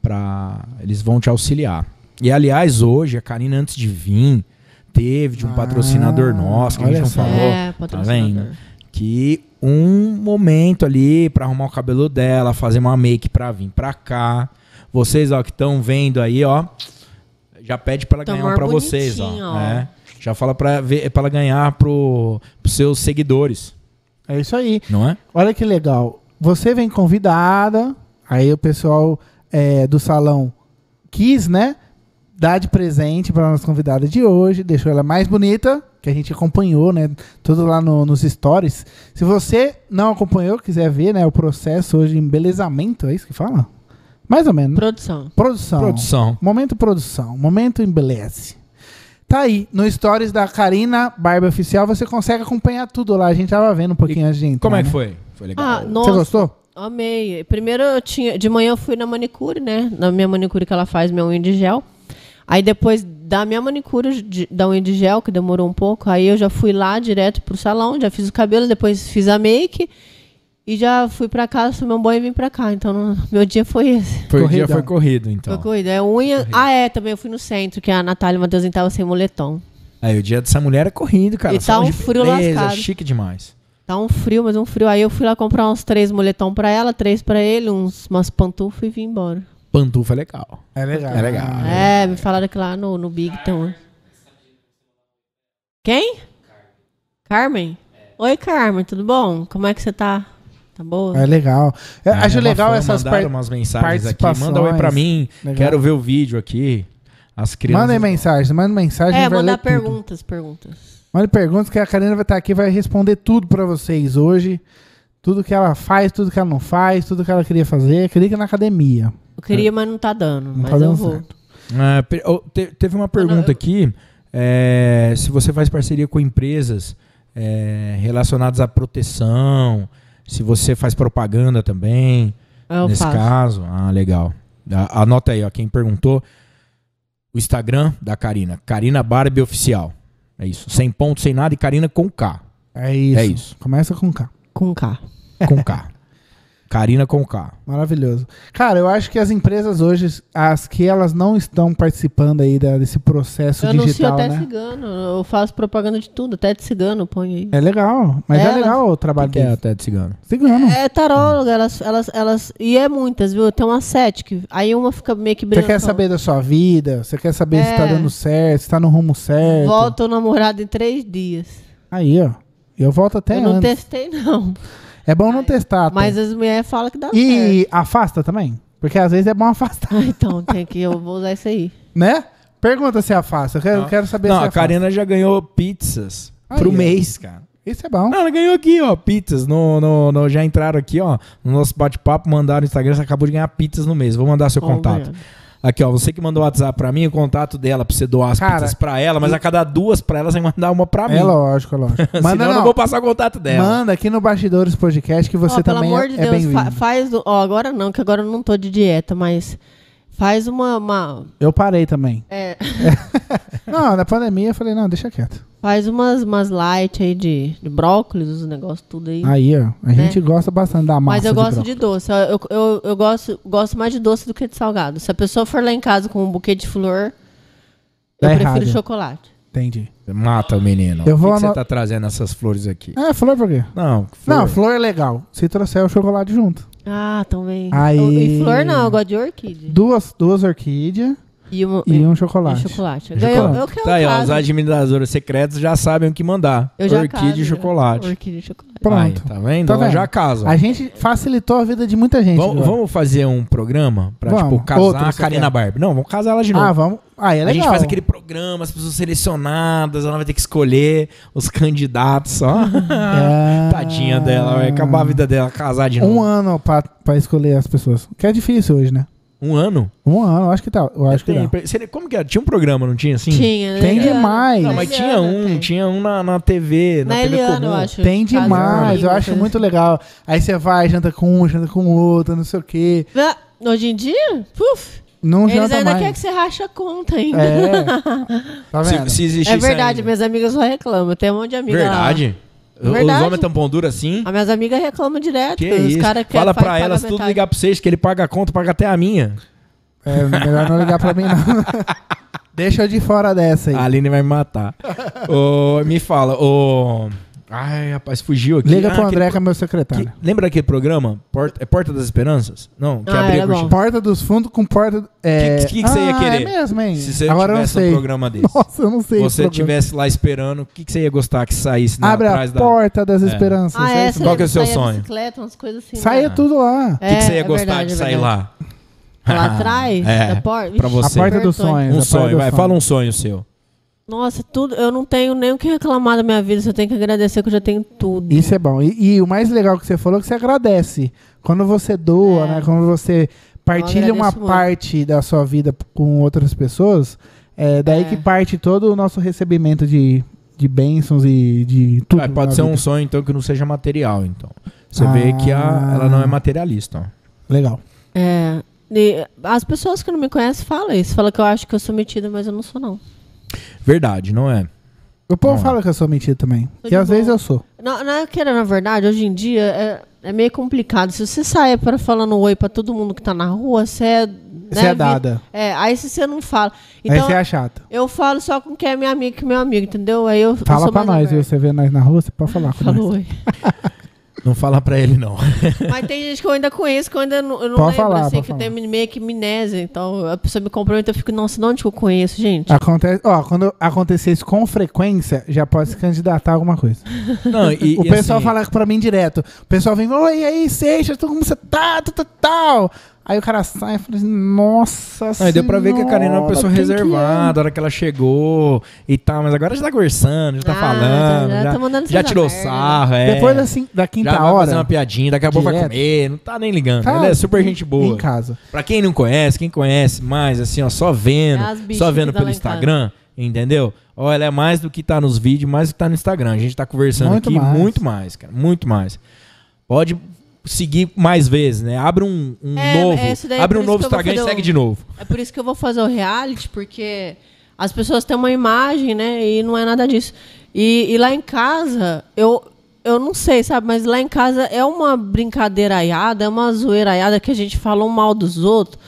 para eles vão te auxiliar. E aliás, hoje a Karina antes de vir teve de um
Ah,
patrocinador nosso que a gente
olha
não
só.
falou,
é,
tá
patrocinador.
vendo? Que um momento ali para arrumar o cabelo dela, fazer uma make para vir para cá. Vocês ó que estão vendo aí, ó, já pede para ela
Tá
ganhar um
mó
para vocês, ó,
bonitinho, ó.
É. Já fala para ver para ganhar pro, pros seus seguidores,
É isso aí.
não é?
Olha que legal. Você vem convidada, aí o pessoal é, do salão quis, né? Dar de presente para nossa convidada de hoje, deixou ela mais bonita, que a gente acompanhou, né? Tudo lá no- nos stories. Se você não acompanhou, quiser ver, né? O processo hoje de embelezamento, é isso que fala? Mais ou menos. né?
Produção.
Produção.
Produção.
Momento produção, momento embeleze. Tá aí, no stories da Karina Barba Oficial, você consegue acompanhar tudo lá. A gente tava vendo um pouquinho antes de entrar.
Como é que
né?
foi? Foi legal.
Ah,
Você
nossa,
gostou?
amei. Primeiro eu tinha. De manhã eu fui na manicure, né? Na minha manicure que ela faz, minha unha de gel. Aí depois da minha manicure de- da unha de gel, que demorou um pouco, aí eu já fui lá direto pro salão, já fiz o cabelo, depois fiz a make e já fui pra casa, tomei um banho e vim pra cá. Então não- meu dia foi esse.
foi o
corrida.
dia foi corrido, então.
Foi corrida. É unha. Ah, é, também eu fui no centro, que a Natália Matheusinho tava sem moletom.
Aí o dia dessa mulher é corrido, cara.
E tá
Salão
um
de
frio
beleza,
lascado.
chique demais.
Tá um frio, mas um frio. Aí eu fui lá comprar uns três moletom pra ela, três pra ele, uns, umas pantufas e vim embora.
Pantufa é legal.
É legal.
É legal.
É, me falaram que lá no, no Big tem um. Quem? Carmen. Oi, Carmen, tudo bom? Como é que você tá? Tá boa?
É legal. Eu
Ah,
acho
uma
legal
fã
essas
mandaram
partes.
umas mensagens aqui. Manda um oi
participações.
pra mim.
Legal.
Quero ver o vídeo aqui. As crianças.
Mandem mensagem, mandem mensagem.
É,
vai
mandar
ler tudo.
perguntas, perguntas.
Mandem perguntas que a Karina vai estar aqui e vai responder tudo pra vocês hoje. Tudo que ela faz, tudo que ela não faz, tudo que ela queria fazer. Clica na academia.
Eu queria, mas não tá dando.
É. Não
mas
tá
eu
dando
vou.
certo.
Ah, per- oh, te- teve uma pergunta
eu-
aqui. é, se você faz parceria com empresas é, relacionadas à proteção, se você faz propaganda também.
Eu
nesse
faço.
caso. Ah, legal. A- Anota aí, ó, quem perguntou. O Instagram da Karina. Karina Barbie Oficial. É isso. Sem ponto, sem nada e Karina com K.
É isso.
É isso.
Começa com K.
Com K.
[laughs]
Com K. Karina com K.
Maravilhoso. Cara, eu acho que as empresas hoje, as que elas não estão participando aí da- desse processo
Eu anuncio
digital,
até
né?
cigano. Eu faço propaganda de tudo, até de cigano, eu ponho aí.
É legal, mas é
Elas-
legal o trabalho
Que que é
deles.
até de cigano?
Cigano.
né? É taróloga, elas, elas, elas. E é muitas, viu? Tem umas sete que. Aí uma fica meio que
Você
brincando.
quer saber da sua vida, você quer saber se tá
É.
dando certo, se tá no rumo certo.
Volta o namorado em três dias.
Aí, ó. Eu volto até
eu não
antes.
testei, não.
É bom não testar. tá?
Mas as mulheres falam que dá certo.
E afasta também? Porque às vezes é bom afastar, [laughs]
Ah, então, tem que. Eu vou usar isso aí.
né? Pergunta se afasta. Eu quero, quero saber
Não,
se
a
afasta.
Karina já ganhou pizzas
Aí,
pro
ó.
mês, cara.
Isso é bom.
Não, ela ganhou aqui, ó, pizzas. No, no, no- já entraram aqui, ó, no nosso bate-papo, mandaram no Instagram, você acabou de ganhar pizzas no mês. Vou mandar seu
Ó,
contato.
obrigado.
Aqui, ó, você que mandou o WhatsApp pra mim, o contato dela pra você doar as
Cara,
pizzas pra ela, mas a cada duas pra ela, você vai mandar uma pra mim.
É lógico, é
[laughs]
lógico.
Senão
Manda,
eu
não.
não vou passar o contato dela.
Manda aqui no Bastidores Podcast que você
Ó, pelo
também
amor
é,
de
é
Deus, fa-
bem-vindo.
faz. Ó, agora não, que agora eu não tô de dieta, mas faz uma. uma-
Eu parei também.
é,
Não, na pandemia eu falei, não, deixa quieto.
faz umas, umas light aí de, de brócolis, os negócios tudo aí.
Aí, ó, a gente gosta bastante da massa
É. Mas eu gosto
brócolis.
de, doce. Eu, eu, eu- eu gosto, gosto mais de doce do que de salgado. Se a pessoa for lá em casa com um buquê de flor,
Dá
eu prefiro
Tá errado.
chocolate.
Entendi.
Mata o menino.
Eu vou
Por que que
ano-
você tá trazendo essas flores aqui?
É, flor por quê?
Não,
Não,
flor.
flor é legal. Se trouxer o chocolate junto.
Ah, também.
Aí.
Eu- E flor não, eu gosto de orquídea.
Duas, duas orquídeas
E, uma,
e um
e
chocolate.
chocolate.
Chocolate.
Eu, um- eu quero
Tá aí, ó, os
caso.
administradores secretos já sabem o que mandar.
Eu já
Orquídea
caso,
e
já.
chocolate.
Orquídea e chocolate.
Pronto.
Aí, tá vendo?
Tá
Ela
vendo?
já casa.
A gente facilitou a vida de muita gente.
Vamos,
agora.
vamos fazer um programa pra,
Vamos.
tipo, casar
Outro,
a
você
Karina
quer?
Barbie. Não, vamos casar ela de novo.
Ah, vamos. Ah, é legal.
A gente faz aquele programa, as pessoas selecionadas, ela vai ter que escolher os
[laughs]
candidatos só.
Ah.
[laughs] Tadinha dela, vai acabar a vida dela, casar de novo.
Um ano pra, pra escolher as pessoas. Que é difícil hoje, né?
Um ano?
Um ano, eu acho que tá. Eu acho que
Tem-
dá.
você- Como que era? Tinha um programa, não tinha assim?
Tinha, né?
Tem
Eliana.
demais.
Não, mas
Na
tinha
Eliana
um,
tem.
tinha um na, na TV, na,
Na
TV
Eliana,
comum.
eu acho.
Tem
Casa
demais,
Amigo,
eu acho
coisa
muito
assim.
legal. Aí você vai, janta com um, janta com o outro, não sei o quê.
Ah, Hoje em dia, puf,
Não
eles
janta
ainda
mais.
querem que você racha a conta ainda. [laughs]
É. Tá vendo?
Se, se existisse
É verdade,
ainda.
minhas amigas só reclamam. Tem um monte de amiga
Verdade? O- Os
Verdade.
homens tão pão duro assim?
lá. As minhas amigas reclamam direto.
Que
os
isso?
cara quer-
Fala
faz-
pra
paga
elas tudo
metade.
ligar pra vocês, que ele paga a conta, paga até a minha.
É, melhor não ligar pra mim,
[laughs]
não. Deixa eu de fora dessa aí.
A Aline vai me
[laughs]
matar. Ô, me fala, ô. Ai, rapaz, fugiu aqui.
Liga
Ah,
pro
aquele
André, que é meu secretário.
Que- lembra daquele programa? Porta, é Porta das Esperanças? Não, que
Ah,
abria
era
a cortina.
Porta dos fundos com porta. É...
Que- que- que que você ia
Ah,
querer?
É mesmo, hein?
Se você
Agora eu não
tivesse um
sei. [laughs]
programa desse,
Nossa, eu não sei. esse
você
programa.
tivesse lá esperando, o que, que você ia gostar que saísse na,
Abre a
atrás da. O
porta das
É.
esperanças.
Ah,
é
é,
isso?
você
Qual que é o
lembra
seu
saía
sonho? é
Bicicleta, umas coisas assim.
Saia
né?
tudo lá.
que, que você
É,
ia
é
gostar
verdade,
de
é
sair
verdade.
lá? [laughs]
Lá atrás,
É,
da porta.
pra
Vixe,
você.
A porta dos
apertou, hein?
sonhos.
Um
Mas rapaz,
sonho,
eu
vai,
sonho.
fala um sonho seu.
Nossa, tudo. Eu não tenho nem o que reclamar da minha vida. Só tenho que agradecer que eu já tenho tudo.
Isso é bom. E, e o mais legal que você falou é que você agradece. Quando você doa,
É.
né? Quando você partilha
Eu
uma
agradeço muito.
parte da sua vida p- com outras pessoas, é daí
É.
que parte todo o nosso recebimento de, de bênçãos e de tudo.
Ah, pode
na
ser um
vida.
sonho, então, que não seja material, então. Você
Ah.
vê que a- ela não é materialista. ó.
Legal.
É. e as pessoas que não me conhecem falam isso. Falam que eu acho que eu sou metida, mas eu não sou, não.
Verdade, não é?
O povo
Não é.
fala que eu sou mentira também.
Tô
E
de
às
boa.
vezes eu sou.
Não, não é que era, na verdade, hoje em dia é, é meio complicado. Se você sair para falando oi para todo mundo que tá na rua, você é.
Você
né,
é
vi-
dada.
É, aí se você não fala.
Aí
Então,
você é chata.
eu falo só com quem é minha amiga que é meu amigo, entendeu? Aí eu, eu
Fala
sou
pra
mais
nós, viu?
aberta.
Você vê nós na rua, você pode falar
[laughs]
com
Falo
nós.
oi.
Não fala pra ele, não.
Mas tem gente que eu ainda conheço, que eu ainda não, eu não
Pode
lembro,
falar,
assim,
pode
que eu
falar.
tenho meio que amnésia. Então a pessoa me cumprimenta, eu fico, não, senão onde que eu conheço,
É,
gente? Ah,
Acontece, ó, quando acontecer isso com frequência, já pode se candidatar a alguma coisa. [laughs]
Não, e,
o
e
pessoal
assim,
fala pra mim direto. O pessoal vem, oi, e aí, Seixas, tu- como você tá? Tal, tal, tal. Aí o cara sai e fala assim, nossa
Aí deu pra ver que a Karina é
senhora,
uma pessoa
quem que é?
reservada, a hora que ela chegou e tal, mas agora já tá conversando, já tá
Ah,
falando,
já-
já,
já tá mandando
já
seja
tirou
merda.
sarro, é.
Depois assim, da
já
quinta
vai fazer uma
hora,
piadinha, daqui a pouco vai
Direto.
comer, não tá nem ligando.
Tá,
ela é super gente
em
boa.
casa.
Pra quem não conhece, quem conhece mais, assim, ó, só vendo,
É as bichas
só
que
vendo
tá
pelo
lá em casa.
Instagram, entendeu? Ó, ela é mais do que tá nos vídeos, mais do que tá no Instagram. A gente tá conversando
Muito
aqui
mais.
muito mais, cara, muito mais. Pode seguir mais vezes, né? Abre um, um
É,
novo,
é isso daí,
abre
por
um
isso
novo
que eu vou
Instagram e
fazer
segue
o-
de novo.
É por isso que eu vou fazer o reality, porque as pessoas têm uma imagem, né? E não é nada disso. E, e lá em casa, eu, eu não sei, sabe? Mas lá em casa é uma brincadeiraiada, é uma zoeiraiada que a gente fala um mal dos outros.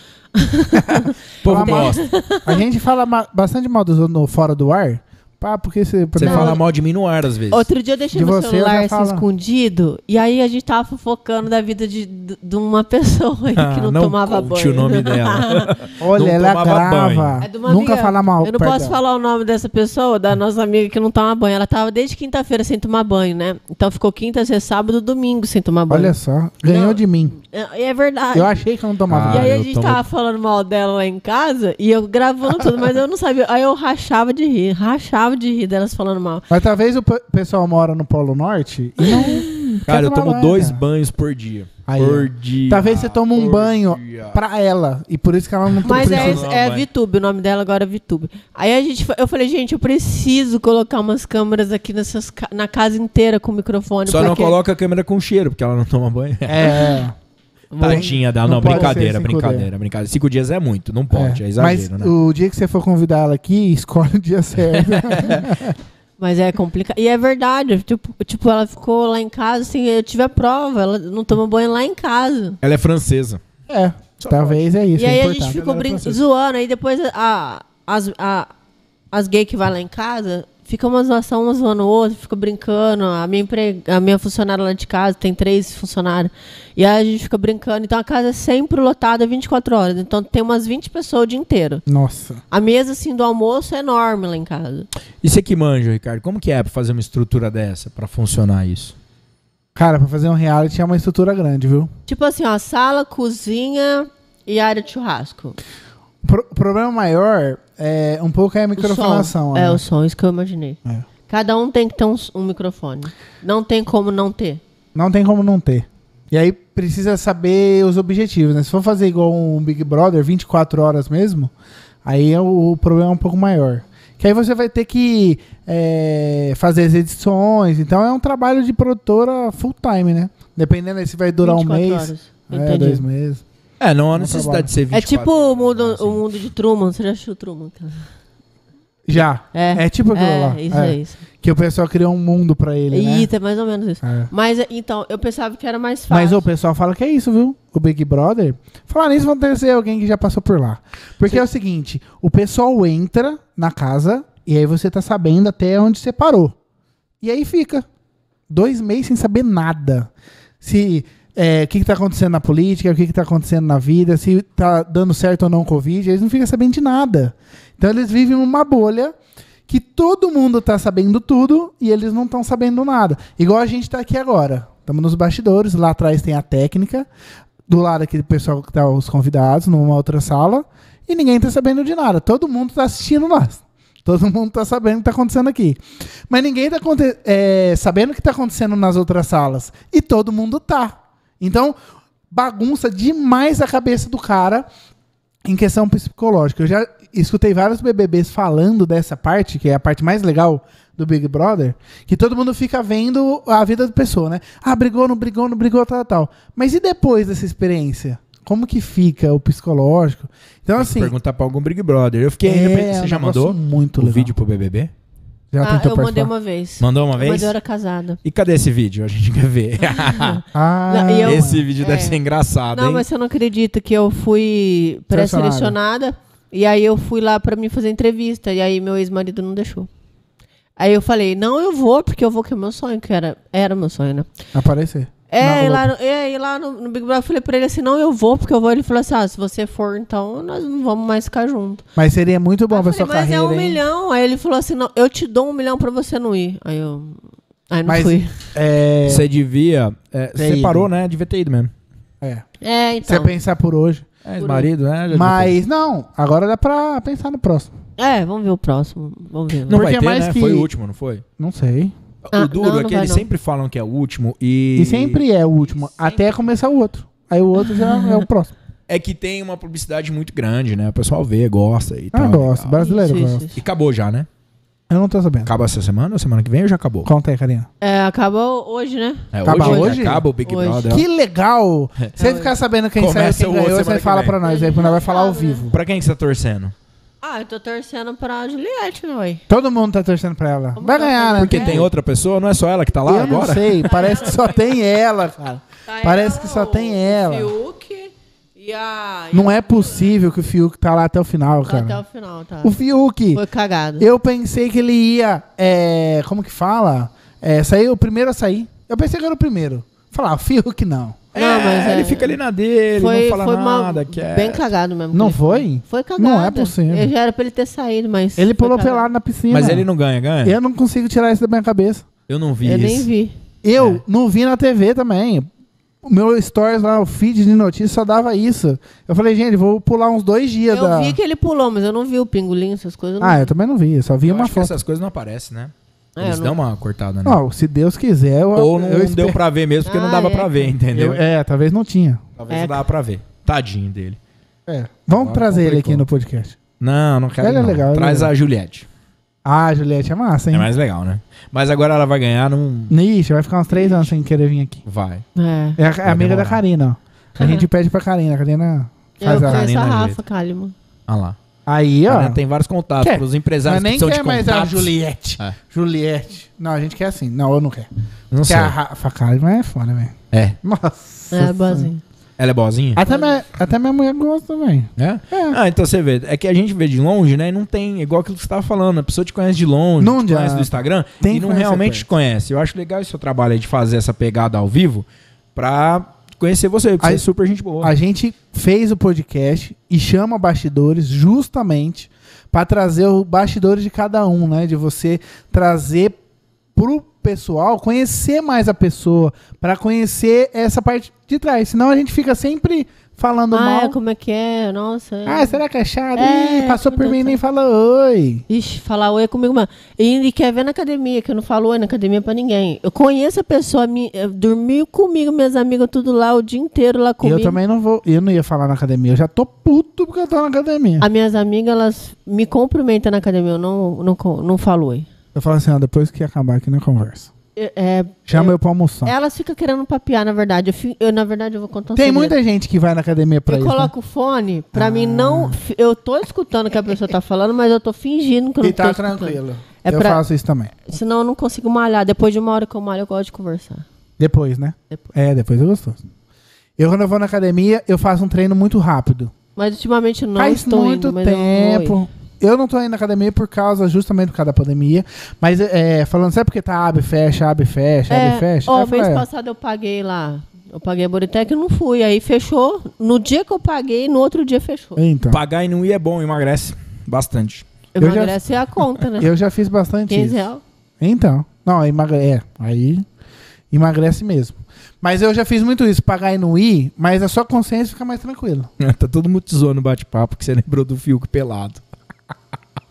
O povo
Fala mal-
gosta.
A gente fala ma- bastante mal dos outros no fora do ar. Pá, porque você...
Você
não,
fala mal de mim no ar às vezes.
Outro dia eu deixei
De
meu
você eu já
celular assim,
falo.
escondido, e aí a gente tava fofocando da vida de, de de uma [laughs] pessoa aí
Ah,
que não, tomava
conte
banho.
o
[laughs]
nome dela.
Olha,
não
ela
tomava
grava.
banho.
É de uma
Nunca
amiga.
fala mal.
Eu não
perto
posso
dela.
falar o nome dessa pessoa, da nossa amiga que não toma banho. Ela tava desde quinta-feira sem tomar banho, né? Então ficou quinta, sexta, sábado, domingo sem tomar banho.
Olha só, ganhou
Não.
de mim.
É, é verdade.
Eu achei que eu não tomava
Ah,
E aí
banho.
a
eu
gente
tomo-
tava falando mal dela lá em casa e eu gravando tudo, mas eu não sabia. Aí eu rachava de rir, rachava de rir delas falando mal.
Mas talvez o pe- pessoal mora no Polo Norte e não. quer
Cara, eu
[laughs]
tomar
tomo
banho,
dois
cara.
banhos por dia.
Aí, ó.
Por dia.
Talvez você tome um
por
banho
dia.
pra ela. E por isso que ela não tá
Mas é,
precisando.
precisando,
é
vai.
VTube, o nome dela agora é VTube. Aí a gente, fa- eu falei, gente, eu preciso colocar umas câmeras aqui nessas, ca- na casa inteira com microfone.
Só não
porque-
coloca a câmera com cheiro, porque ela não toma banho.
É.
Tadinha dela. Não,
Não pode
brincadeira,
ser cinco
brincadeira, brincadeira. Cinco dias é muito, não pode, é, exagero,
Mas
né?
o dia que você for convidar ela aqui, [laughs] escolhe o dia certo.
Mas é complicado. E é verdade. Tipo, tipo, ela ficou lá em casa, assim, eu tive a prova. Ela não tomou banho lá em casa.
Ela é francesa.
é, talvez é isso.
e
é
aí a
importante.
gente
Ela
ficou
era
brin-
francesa.
zoando. Aí depois a, as, a, as gays que vai lá em casa ficam uma zoação, uma zoando o outro, fica brincando. A minha, empre... a minha funcionária lá de casa tem três funcionários. E aí a gente fica brincando. Então a casa é sempre lotada 24 horas. Então tem umas 20 pessoas o dia inteiro.
Nossa.
A mesa, assim, do almoço é enorme lá em casa.
E você que manja, Ricardo, como que é pra fazer uma estrutura dessa, pra funcionar isso?
Cara, pra fazer um reality é uma estrutura grande, viu?
Tipo assim, ó, sala, cozinha e área de churrasco.
Pro- O problema maior é um pouco é a
O
microfonação.
som.
né?
É, o som, isso que eu imaginei.
É.
Cada um tem que ter um, um microfone. Não tem como não ter.
Não tem como não ter. E aí precisa saber os objetivos, né? Se for fazer igual um Big Brother, 24 horas mesmo, aí é o, o problema é um pouco maior. Que aí você vai ter que é, fazer as edições. Então é um trabalho de produtora full time, né? Dependendo aí se vai durar um
24
mês.
horas.
É,
Entendi.
dois meses.
É, não há
Não
necessidade de ser 24
É tipo o mundo,
assim.
o mundo de Truman. Você já assistiu Truman? cara?
Já.
É.
É, tipo aquilo
é,
lá.
isso
é.
é isso.
Que o pessoal criou um mundo pra ele, né?
Eita, é mais ou menos isso.
É.
Mas, é, então, eu pensava que era mais fácil.
Mas o pessoal fala que é isso, viu? O Big Brother. Falar nisso, vão ter ser alguém que já passou por lá. Porque é o seguinte: o pessoal entra na casa e aí você tá sabendo até onde você parou. E aí fica. Dois meses sem saber nada. Se. é, o que, que tá acontecendo na política, o que, que tá acontecendo na vida, se tá dando certo ou não o Covid, eles não ficam sabendo de nada. Então eles vivem numa bolha que todo mundo tá sabendo tudo e eles não estão sabendo nada. Igual a gente tá aqui agora. Estamos nos bastidores, lá atrás tem a técnica, do lado aqui do pessoal que tá os convidados, numa outra sala, e ninguém tá sabendo de nada. Todo mundo tá assistindo nós. Todo mundo tá sabendo o que tá acontecendo aqui. Mas ninguém tá aconte- é, sabendo o que tá acontecendo nas outras salas. E todo mundo tá. Então, bagunça demais a cabeça do cara em questão psicológica. Eu já escutei vários BBBs falando dessa parte, que é a parte mais legal do Big Brother, que todo mundo fica vendo a vida da pessoa, né? Ah, brigou, não brigou, não brigou, tal, tal. Mas e depois dessa experiência? Como que fica o psicológico? Então,
Tem que
assim.
Perguntar pra algum Big Brother. Eu fiquei
é
arrependido. Você
um
já
negócio
mandou
Muito
o
legal.
vídeo pro BBB?
Já
Ah,
tentou
eu mandei
participar?
uma vez.
Mandou uma
É, Mas
vez?
eu era casada.
E cadê esse vídeo? A gente quer ver.
Ah,
Não, e eu-
esse vídeo deve
[laughs] é.
ser engraçado,
Não,
hein?
mas você não acredita que eu fui pré-selecionada e aí eu fui lá pra mim fazer entrevista e aí meu ex-marido não deixou. Aí eu falei, não, eu vou, porque eu vou, que é o meu sonho, que era, era meu sonho, né?
Aparecer. Na
É, e
Globo.
lá, no- é, e lá no, no Big Brother eu falei pra ele assim, não, eu vou, porque eu vou. Ele falou assim, ah, se você for, então nós não vamos mais ficar junto.
Mas seria muito bom
Aí eu
pra
falei,
sua
mas
carreira.
é um
hein?
milhão. Aí ele falou assim, não, eu te dou um milhão pra você não ir. Aí eu... Aí não
Mas-
fui.
É,
Você devia. É,
Ter
você
ido.
parou, né? Devia ter ido mesmo.
é.
É,
Se você
então.
pensar por hoje.
É, marido, né? Já devia ter
Mas não, agora dá pra pensar no próximo.
É, vamos ver o próximo. Vamos ver.
ido. Não
Porque é
vai ter,
mais
né?
que-
Foi o último, não foi?
Não sei.
Ah,
o duro
não,
é
não
que
vai,
eles
não.
sempre falam que é o último e...
E, sempre é o último, até começar o outro. Aí o outro já é
[laughs]
o próximo.
É que tem uma publicidade muito grande, né? O pessoal vê, gosta e
Ah,
tal.
gosto.
legal.
Brasileiro
Isso, isso,
gosta.
isso.
E acabou já, né?
Eu não tô sabendo.
Acaba essa semana ou semana que vem ou já acabou?
Conta aí, Karina.
É, acabou hoje, né?
É,
Acaba
hoje,
hoje?
Acaba o Big
Hoje.
Brother.
Que legal!
[laughs]
Você
É.
ficar sabendo quem saiu,
Começa o
quem
outro
ganhou,
semana
você
que
fala
vem.
pra nós. Aí nós vai falar ao vivo.
Pra quem que você tá torcendo?
Ah, eu tô torcendo pra Juliette, não é?
Todo mundo tá torcendo pra ela.
Vamos
Vai
lá,
ganhar, né?
Porque
É.
tem outra pessoa? Não é só ela que tá lá
Eu
agora?
não sei, parece que só
[laughs]
tem ela, cara. Parece que só tem ela.
Tá Fiuk e a... e
Não é possível que o Fiuk tá lá até o final,
a- Até o
cara.
final, tá.
O Fiuk,
Foi cagado.
eu pensei que ele ia. é, como que fala? É, sair o primeiro a sair. Eu pensei que era o primeiro. Falar, o Fiuk não.
É,
Não, mas é-
ele fica ali na dele,
foi
não fala
foi uma-
nada. Que é...
bem cagado mesmo.
Não
que ele
foi?
Foi cagado.
Não é possível.
Eu já era pra ele ter saído, mas...
Ele
foi
pulou
cagado.
pelado na piscina.
Mas ele não é. ganha, ganha?
Eu não consigo tirar isso da minha cabeça.
Eu não vi
Eu
isso.
nem vi.
Eu
É.
não vi na TV também. O meu stories lá, o feed de notícias só dava isso. Eu falei, gente, vou pular uns dois dias
Eu
da.
vi que ele pulou, mas eu não vi o pingolim, essas coisas. eu não
Ah,
vi.
eu também não vi, eu só vi
Eu
uma
acho que
foto.
essas coisas não aparecem, né?
É,
Eles
eu
dão
não-
uma cortada, né?
Ó, se Deus quiser, eu
Ou não,
eu
não
espero-
deu pra ver mesmo, porque não
Ah,
dava
é.
pra ver, entendeu?
eu- É, talvez não tinha.
Talvez
É.
não dava pra ver. Tadinho dele.
É. Vamos
Agora
trazer ele aqui
complicou.
no podcast.
Não, não quero.
Ela é
não.
legal, ela é
Traz
legal.
a Juliette.
Ah, Juliette é massa, hein?
É mais legal, né? Mas agora ela vai ganhar num.
Ixi, vai ficar uns três anos sem querer vir aqui.
Vai.
É.
É a, é a amiga da
demorar.
Karina, ó. A gente pede pra Karina. A Karina faz
É, Eu
a...
conheço
Karina
a Rafa
Jeito.
Kalimann.
Ah lá.
Aí, ó.
Ela tem vários contatos.
Quer?
Os
Mas
empresários que
nem
precisam de
quer mais a
contatos.
Juliette.
É.
Juliette. Não, a gente quer assim. Não, eu não quero.
Não
Porque
sei.
a Rafa Kalimann é foda, velho.
É.
Nossa.
É, boazinha.
Ela é boazinha?
Até minha, até minha mulher gosta, velho.
É?
É.
Ah, então você vê. É que a gente vê de longe, né? E não tem, igual aquilo que você tava falando. A pessoa te conhece de longe,
Não
te conhece
adianta.
do Instagram
Tem
e
que
não
conhecer
realmente
perto.
te conhece. Eu acho legal esse seu trabalho aí de fazer essa pegada ao vivo pra conhecer você. Porque
Aí-
você é super gente boa.
A gente fez o podcast e chama bastidores justamente para trazer o bastidores de cada um, né? De você trazer pro pessoal conhecer mais a pessoa, para conhecer essa parte de trás. Senão a gente fica sempre falando
Ah,
mal.
é, como é que é? Nossa. é.
Ah, será que é chato?
É,
Ih, passou por
tudo
mim e
tá-
nem falou oi.
Ixi, falar oi é comigo mesmo. E, e quer ver na academia, que eu não falo oi na academia pra ninguém. Eu conheço a pessoa, mi- eh, dormiu comigo, minhas amigas, tudo lá, o dia inteiro lá comigo.
Eu também não vou, eu não ia falar na academia. Eu já tô puto porque eu tô na academia.
As minhas amigas, elas me cumprimentam na academia, eu não, não, co- não falo oi.
Eu falo assim, ó, depois que acabar aqui na conversa.
É, é,
Chama eu pra almoçar.
elas ficam querendo papear, na verdade. Eu, fi- eu, na verdade, eu vou contar um
Tá. Tem
segredo.
muita gente que vai na academia pra
Eu
isso. né? Ah.
coloco o fone, pra mim não. fi- Eu tô escutando o que a pessoa tá falando, mas eu tô fingindo que eu não
E tá
tô escutando.
tranquilo.
É
eu
pra-
faço isso também.
Senão eu não consigo malhar. Depois de uma hora que eu malho, eu gosto de conversar.
Depois, né?
Depois.
É, depois é gostoso. Eu, quando eu vou na academia, eu faço um treino muito rápido.
Mas ultimamente eu não
Faz
estou
muito
indo, mas eu vou
tempo. Eu, não tô indo na academia por causa, justamente por causa da pandemia. Mas, é, falando, sabe porque tá abre, fecha, abre, fecha,
É,
abre, fecha?
ó,
Eu falei,
mês
é,
passado eu paguei lá. Eu paguei a Boritec e não fui. Aí fechou. No dia que eu paguei, no outro dia fechou.
Então,
Pagar e não ir é bom, emagrece bastante. [laughs]
Eu já-
Emagrece é a conta, né?
[laughs] eu já fiz bastante
15
isso.
reais.
Então, não, emagrece. É, aí emagrece mesmo. Mas eu já fiz muito isso, pagar e não ir, mas a sua consciência fica mais tranquila.
tá todo mundo te zoando no bate-papo que você lembrou do Fiuk pelado.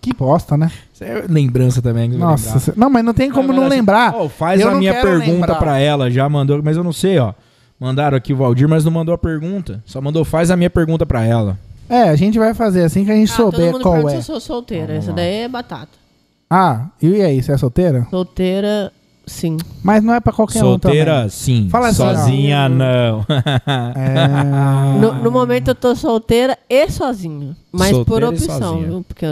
Que bosta, né?
Isso é lembrança também. que eu vou
Nossa,
lembrar.
cê- não, mas não tem como
Ah,
não
mas assim,
lembrar.
ó, faz
Eu
a
não
minha
quero
pergunta
lembrar.
pra ela, já mandou, mas eu não sei, ó. Mandaram aqui o Valdir, mas não mandou a pergunta. Só mandou faz a minha pergunta pra ela.
É, a gente vai fazer assim que a gente
Ah, todo
souber
mundo
qual
pergunta se
é.
eu sou solteira.
Vamos
Essa
lá.
daí é batata.
Ah, e aí, você é solteira?
Solteira, sim.
Mas não é pra qualquer
Solteira, sim.
Fala assim, ó.
Sozinha, não.
um também. [laughs]
Ah.
É...
No, no momento eu tô solteira e sozinha. Mas por
Solteira e
opção,
sozinha.
viu? Porque.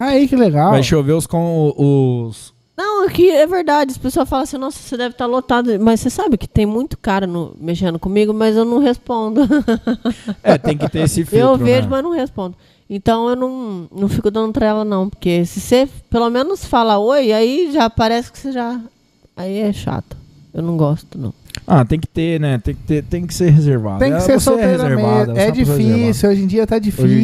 Aí, que legal.
Vai chover os com os.
Não, é que é verdade. As pessoas falam assim, nossa, você deve estar lotado. Mas você sabe que tem muito cara no- mexendo comigo, mas eu não respondo. [laughs]
É, tem que ter esse filtro.
eu vejo,
né?
mas não respondo. Então eu não, não fico dando trela, não. Porque se você pelo menos fala oi, aí já parece que você já. Aí é chato. Eu não gosto, não.
Ah, tem que ter, né? Tem que, ter, tem que ser reservado.
Tem que
É,
ser
você é
solteira
reservada.
mesmo.
você
É
uma pessoa reservada.
difícil, hoje em dia tá difícil.
Hoje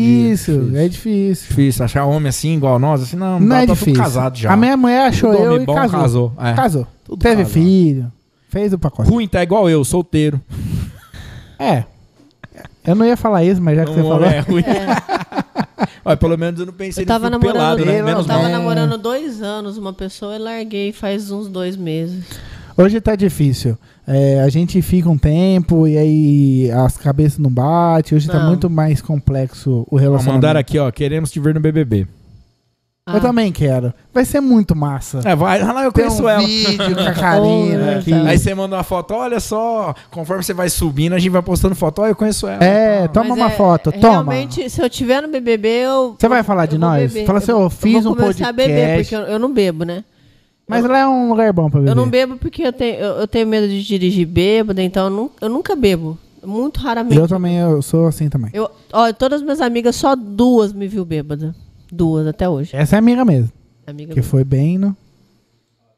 em dia é
É
difícil.
difícil.
Difícil achar homem assim, igual nós, assim, não.
Não
tá-
é
tá tudo
difícil.
casado já.
A minha mulher achou
Tudo
eu
homem
e
bom
casou.
casou. É.
Casou.
Tudo
Teve
casado.
filho, fez o pacote.
Ruim tá igual eu, solteiro.
É. Eu não ia falar isso, mas já que
Não,
você falou.
É ruim. [laughs] Olha, pelo menos eu não pensei
É. Eu tava
no
namorando,
filme pelado, né?
Pelo
Menos
eu tava
mal.
namorando dois anos uma pessoa e larguei faz uns dois meses.
Hoje tá difícil. É, a gente fica um tempo e aí as cabeças não batem. Hoje tá
Não.
muito mais complexo o
mal. Ó,
relacionamento.
Mandaram aqui, ó. Queremos te ver no BBB.
Ah,
Eu também quero. Vai ser muito massa.
É, vai lá, eu
Tem
conheço
um
ela.
vídeo
[laughs]
com a
Oh,
Karina
é,
aqui.
tá.
Aí você manda uma foto, olha só, conforme você vai subindo, a gente vai postando foto, ó, eu conheço ela. Tá.
É, toma
Mas
uma
é-
foto, toma.
Realmente, se eu tiver no BBB, eu.
Você vai falar de
eu vou
nós?
beber.
Fala assim, eu fiz
vou
um
começar a beber,
podcast.
porque eu, eu não bebo, né?
Mas lá é um lugar bom pra beber.
Eu não bebo porque eu tenho, eu, eu tenho medo de dirigir bêbada, então eu, nu- eu nunca bebo. Muito raramente.
Eu também, eu sou assim também.
Eu, olha, todas as minhas amigas, só duas me viu bêbada. Duas até hoje.
Essa é amiga mesmo.
Amiga
Que
minha.
foi bem no...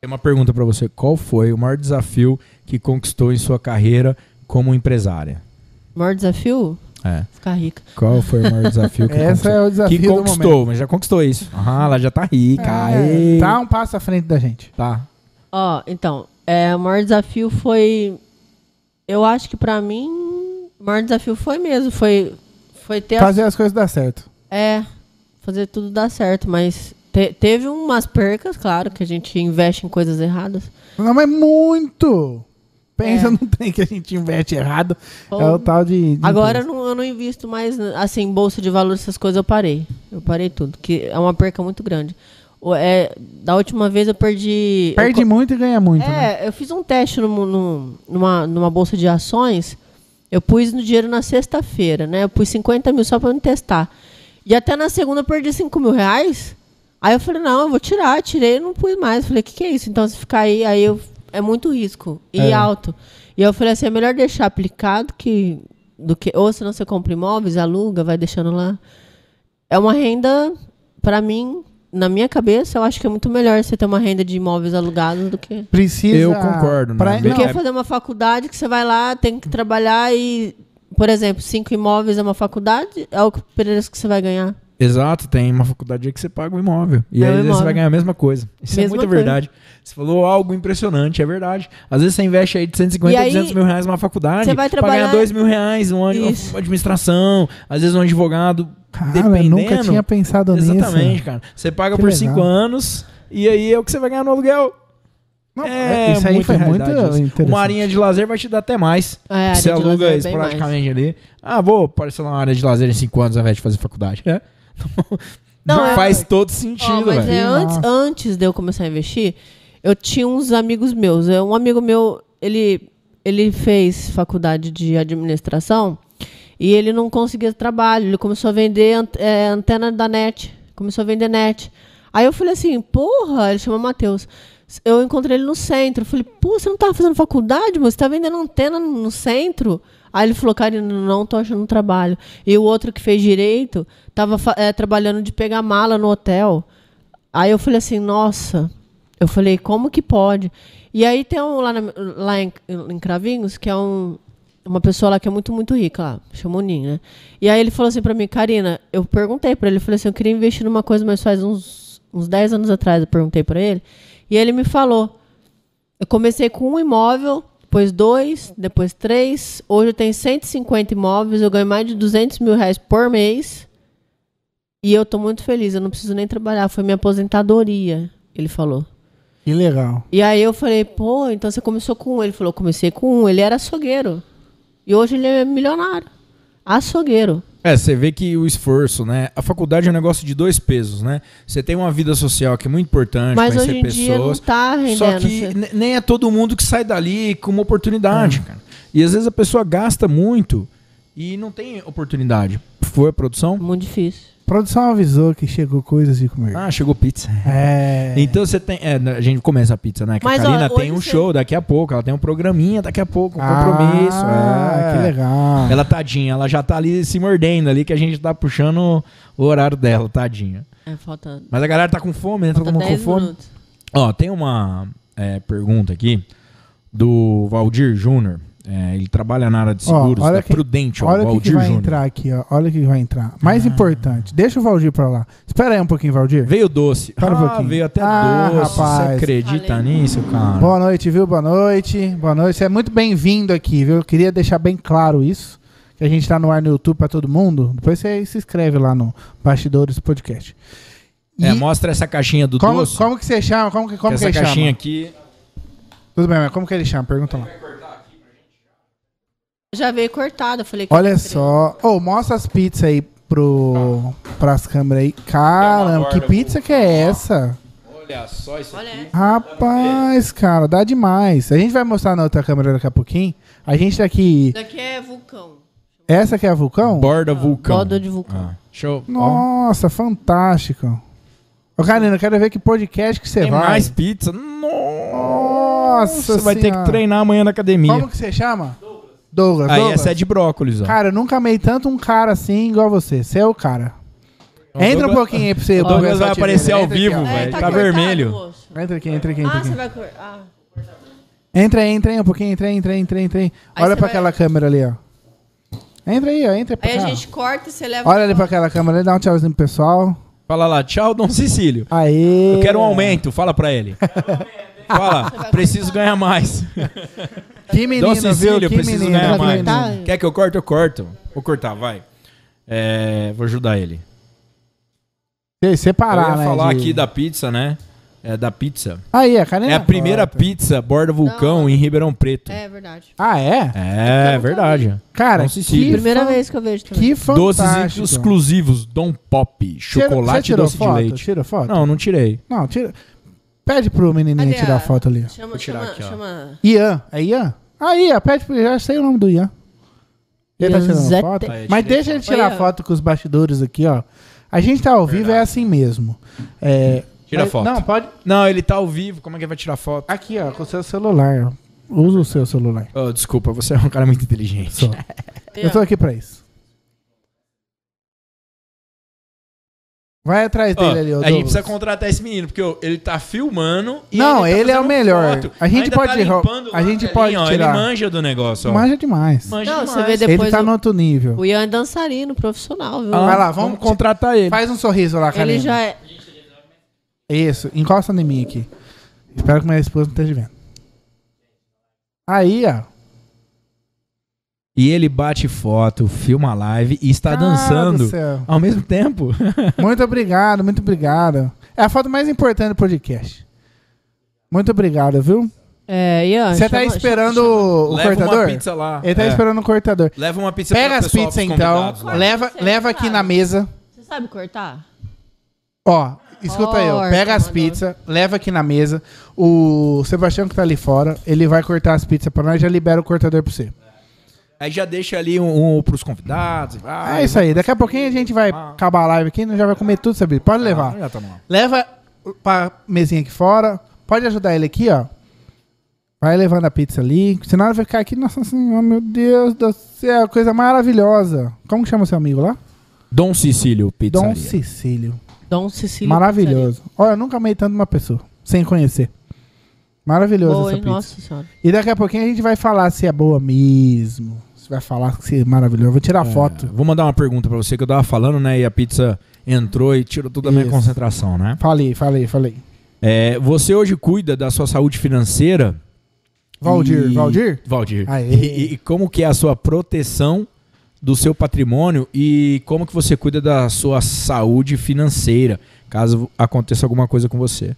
Tem uma pergunta pra você, qual foi o maior desafio que conquistou em sua carreira como empresária?
O maior desafio?
É.
Ficar rica.
Qual foi o maior desafio que
[laughs] Essa
conquistou?
é o desafio
que
do momento.
conquistou, mas já conquistou isso. Ah, ela já tá rica. aê.
Tá um passo à frente da gente.
Tá.
Ó, então, é, o maior desafio foi. Eu acho que pra mim, o maior desafio foi mesmo. Foi, foi ter a
Fazer as coisas dar certo.
É, fazer tudo dar certo, mas Te- teve umas percas, claro, que a gente investe em coisas erradas.
Não, mas muito! Pensa, não tem que a gente investe errado.
É. Ou-
É o tal de. de
Agora eu não, eu não invisto mais, assim, bolsa de valores, essas coisas eu parei. Eu parei tudo, que é uma perca muito grande. O- É, da última vez eu perdi. eu
Perde
co-
muito e ganha muito. né?
É, eu fiz um teste num- num- numa, numa bolsa de ações. Eu pus no dinheiro na sexta-feira, né? Eu pus 50 mil só pra me testar. E até na segunda eu perdi 5 mil reais. Aí eu falei, não, eu vou tirar. Tirei e não pus mais. Falei, o que, que é isso? Então, se ficar aí, aí eu- é muito risco e
É.
alto. E eu falei assim, é melhor deixar aplicado que, do que... Ou senão você compra imóveis, aluga, vai deixando lá. É uma renda, pra mim, na minha cabeça, eu acho que é muito melhor você ter uma renda de imóveis alugados do que...
Precisa.
Eu concordo, né?
pra-
Bem-
não,
Porque fazer uma faculdade que você vai lá, tem que trabalhar e, por exemplo, cinco imóveis é uma faculdade, é o preço que você vai ganhar.
Exato, tem uma faculdade aí que você paga o imóvel. E
É
aí
o
às vezes você
imóvel.
vai ganhar a mesma coisa. Isso é
Mesma
muita
coisa.
verdade. Você falou algo impressionante, é verdade. Às vezes você investe aí de 150
E
a
aí,
200 mil reais numa faculdade
você vai
pra ganhar
trabalhar-
2 mil reais, um ano
Isso.
uma administração, às vezes um advogado.
Cara, eu
dependendo.
nunca tinha pensado
Exatamente,
nisso.
cara. Você paga
Que
por
legal.
5 anos e aí é o que você vai ganhar no aluguel. É
Não,
é,
é, isso aí
muita
foi muito
realidade isso.
interessante.
Uma área de lazer vai te dar até mais.
É, a área
você
de lazer
aluga
é bem
esporadicamente ali. Ah, vou parcelar uma área de lazer em 5 anos ao invés de fazer faculdade. [laughs] É. Não,
Não, é-
faz todo
Ó,
sentido,
mas
velho.
é, antes,
Nossa.
antes de eu começar a investir, eu tinha uns amigos meus. É, Um amigo meu, ele, ele fez faculdade de administração e ele não conseguia trabalho. Ele começou a vender ant- é, antena da net. Começou a vender net. Aí eu falei assim, porra, ele chama Matheus. Eu encontrei ele no centro. Eu falei, pô, você não tava fazendo faculdade, mas você tá vendendo antena no no centro? Aí ele falou, Karina, não tô achando trabalho. E o outro que fez direito tava fa- é, trabalhando de pegar mala no hotel. Aí eu falei assim, nossa. Eu falei, como que pode? E aí tem um lá, na- lá em, em Cravinhos, que é um, uma pessoa lá que é muito, muito rica lá, chamou Ninho, né? E aí ele falou assim pra mim, Karina, eu perguntei pra ele, eu falei assim, eu queria investir numa coisa, mas faz uns, uns 10 anos atrás eu perguntei pra ele. E ele me falou, eu comecei com um imóvel, depois dois, depois três. Hoje eu tenho 150 imóveis, eu ganho mais de 200 mil reais por mês. E eu tô muito feliz, eu não preciso nem trabalhar. Foi minha aposentadoria, ele falou.
Que legal.
E aí eu falei, pô, então você começou com um. Ele falou, comecei com um. Ele era açougueiro. E hoje ele é milionário. Açougueiro.
É, você vê que o esforço, né? A faculdade é um negócio de dois pesos, né? Você tem uma vida social que é muito importante,
Mas
conhecer
hoje em dia não
pessoas.
tá rendendo.
Só que
você- Hum.
ne- nem é todo mundo que sai dali com uma oportunidade, cara. E às vezes a pessoa gasta muito e não tem oportunidade. Foi a produção?
é Muito difícil.
A produção avisou que chegou coisas de comer.
Ah, chegou pizza.
É.
Então você tem. é, a gente começa a pizza, né? Que
Mas,
a
ó,
Karina tem
hoje
um
você-
show daqui a pouco, ela tem um programinha daqui a pouco, um
Ah,
compromisso. é.
Que legal.
Ela tadinha, ela já tá ali se mordendo ali, que a gente tá puxando o horário dela, tadinha.
É, falta,
Mas a galera tá com fome, né? Tá
falta
todo mundo com
10
fome.
minutos.
Ó, tem uma é, pergunta aqui do Valdir Júnior. É, ele trabalha na área de
Ó,
seguros,
olha
é
que-
prudente, ó,
Olha o que, que
Valdir
vai
Júnior. Ah.
entrar aqui, ó. Olha o que vai entrar. Mais importante, deixa o Valdir pra lá. Espera aí um pouquinho, Valdir.
Veio doce.
Para um
ah,
pouquinho.
veio até
Ah,
doce. Você
rapaz.
acredita
Falei.
nisso, cara?
Boa noite, viu? Boa noite. Boa noite. Você é muito bem-vindo aqui, viu? Eu queria deixar bem claro isso. Que a gente tá no ar no YouTube pra todo mundo. Depois você se inscreve lá no Bastidores Podcast. E
É, mostra essa caixinha do
como,
doce.
como que você chama? Como que, como
que
que
essa
ele
caixinha
chama?
aqui.
Tudo bem, mas como que ele chama? Pergunta lá.
Já veio cortado, eu falei que
Olha
eu-
só. Ô, mostra as pizzas aí pro, pras câmeras aí. Caramba, que pizza que é essa?
Olha só isso
Olha essa.
Rapaz, cara, dá demais. A gente vai mostrar na outra câmera daqui a pouquinho. A gente tá aqui.
Isso daqui é vulcão.
Essa que é a vulcão?
Ah, Borda vulcão.
borda de vulcão.
Ah, show. Ó,
Nossa, fantástico. Ô, Karina, eu quero ver que podcast que você
Tem
vai.
mais pizza. Nossa,
Nossa
você vai ter que
Senhora.
treinar amanhã na academia.
Como que você chama? Douglas. Douglas.
Aí essa é de brócolis, ó.
Cara, eu nunca amei tanto um cara assim igual você. Você é o cara. Entra um
Então, Douglas-
pouquinho aí pra você.
O Douglas
Douglas
vai
Sativeira.
aparecer ao
Entra aqui,
vivo,
ó.
velho. tá vermelho.
É,
um
moço.
Entra aqui, entra aqui, entra
Ah,
aqui.
você vai cortar.
Entra aí, entra aí um pouquinho, entra aí, entra aí, entra aí. Entra aí.
Aí
Olha
você
pra
vai-
aquela câmera ali, ó. Entra aí, ó, entra
Tá
pra
Aí a
cá.
gente corta e você leva.
Olha ali pra aquela câmera ali, dá um tchauzinho pro pessoal.
[laughs] Fala lá, tchau, Dom Cecílio.
Aê!
Eu quero um aumento, fala pra ele. Fala, preciso ganhar mais.
Que menino,
Cecílio,
viu? Que
preciso
menino,
ganhar
que
mais.
menino.
Quer que eu corte? Eu corto. Vou cortar, vai. É, vou ajudar ele.
Se- Separar,
eu ia
né?
falar
de-
aqui da pizza, né? É da pizza.
Aí, Ah, a Karen
É a primeira
pizza.
pizza Borda Vulcão em Ribeirão Preto. É,
É verdade.
tá. Ah, é?
verdade.
Cara,
Não se siga.
que
Primeira
fan-
vez que eu vejo
Que
também.
Doces
fantástico.
exclusivos, Dom Pop,
Tira- você
chocolate e
tirou
doce
foto?
de leite.
Tira foto?
Não, não tirei.
Não, tira. Pede pro menininho
Cadê
tirar
a-
foto ali.
Chama,
Vou tirar
chama,
aqui, ó.
chama-
Ian, é Ian? Ah, Ian, pede pro já sei o nome do Ian. Ele tá tirando
Ianzete.
foto.
Aí, eu
Mas
tirei
deixa ele
foto.
tirar
Oi, Ian.
foto com os bastidores aqui, ó. A gente tá ao vivo, é assim mesmo. É,
Tira
mas-
foto.
Não, pode.
Não, ele tá ao vivo, como é que ele vai tirar foto?
Aqui, ó, com o seu celular. ó. Usa o seu celular.
Oh, desculpa, você é um cara muito inteligente.
Só.
É.
Eu tô aqui pra isso. Vai atrás
Ó,
dele ali, ó.
a gente
Douglas.
precisa contratar esse menino, porque ó, ele tá filmando. e
Não,
tá
ele é o
fazendo
melhor.
foto.
A gente
Ainda
pode
tá
ro-
limpando
a
lá,
gente
velhinho,
pode
ó,
tirar.
Ele manja do negócio. ó.
Manja demais.
Manja
Não, você
demais.
vê
ele
depois.
tá
o-
no outro nível.
O Ian é dançarino, profissional, viu?
Ah,
Vai lá, vamos
contratar ele.
Faz um sorriso lá, Karina.
ele já é.
Isso, encosta em mim aqui. Espero que minha esposa não esteja vendo. Aí, ó.
E ele bate foto, filma live e está
Cara
Tá dançando
do céu.
ao mesmo tempo.
Muito obrigado, muito obrigado. É a foto mais importante do podcast. Muito obrigado, viu?
É, Ian.
Você tá
chama-
esperando
chama-
o cortador?
lá.
Ele tá
É.
esperando o cortador.
Leva uma pizza
Pega
pro
as
pessoal,
pizzas
pros
então,
convidados lá.
leva,
Você
leva aqui
sabe.
na mesa.
Você sabe cortar?
Ó, escuta eu.
Corta,
Pega as
mandou.
pizzas, leva aqui na mesa. O Sebastião que tá ali fora, ele vai cortar as pizzas pra nós e já libera o cortador pra você.
Aí já deixa ali um, um pros convidados. Vai,
é isso aí. Daqui a pouquinho a gente vai
Ah.
acabar a live aqui e nós já vai comer tudo, Sabrina. Pode levar.
Ah, já tamo lá.
Leva pra mesinha aqui fora. Pode ajudar ele aqui, ó. Vai levando a pizza ali. Senão ele vai ficar aqui, nossa senhora, meu Deus do céu, coisa maravilhosa. Como que chama seu amigo lá?
Dom Cecílio Pizzaria.
Dom Cecílio.
Dom Cecílio.
Maravilhoso. Olha, eu nunca amei tanto uma pessoa, sem conhecer. Maravilhoso
Boa,
essa
hein?
pizza.
Nossa senhora.
E daqui a pouquinho a gente vai falar se é boa mesmo. Se vai falar se é maravilhoso. Eu vou tirar
É,
foto.
Vou mandar uma pergunta pra você que eu tava falando, né? E a pizza entrou e tirou toda a minha
Isso.
concentração, né?
Falei, falei, falei.
É, você hoje cuida da sua saúde financeira?
Valdir,
e-
Valdir?
Valdir.
Aê.
E, e como que é a sua proteção do seu patrimônio e como que você cuida da sua saúde financeira, caso aconteça alguma coisa com você?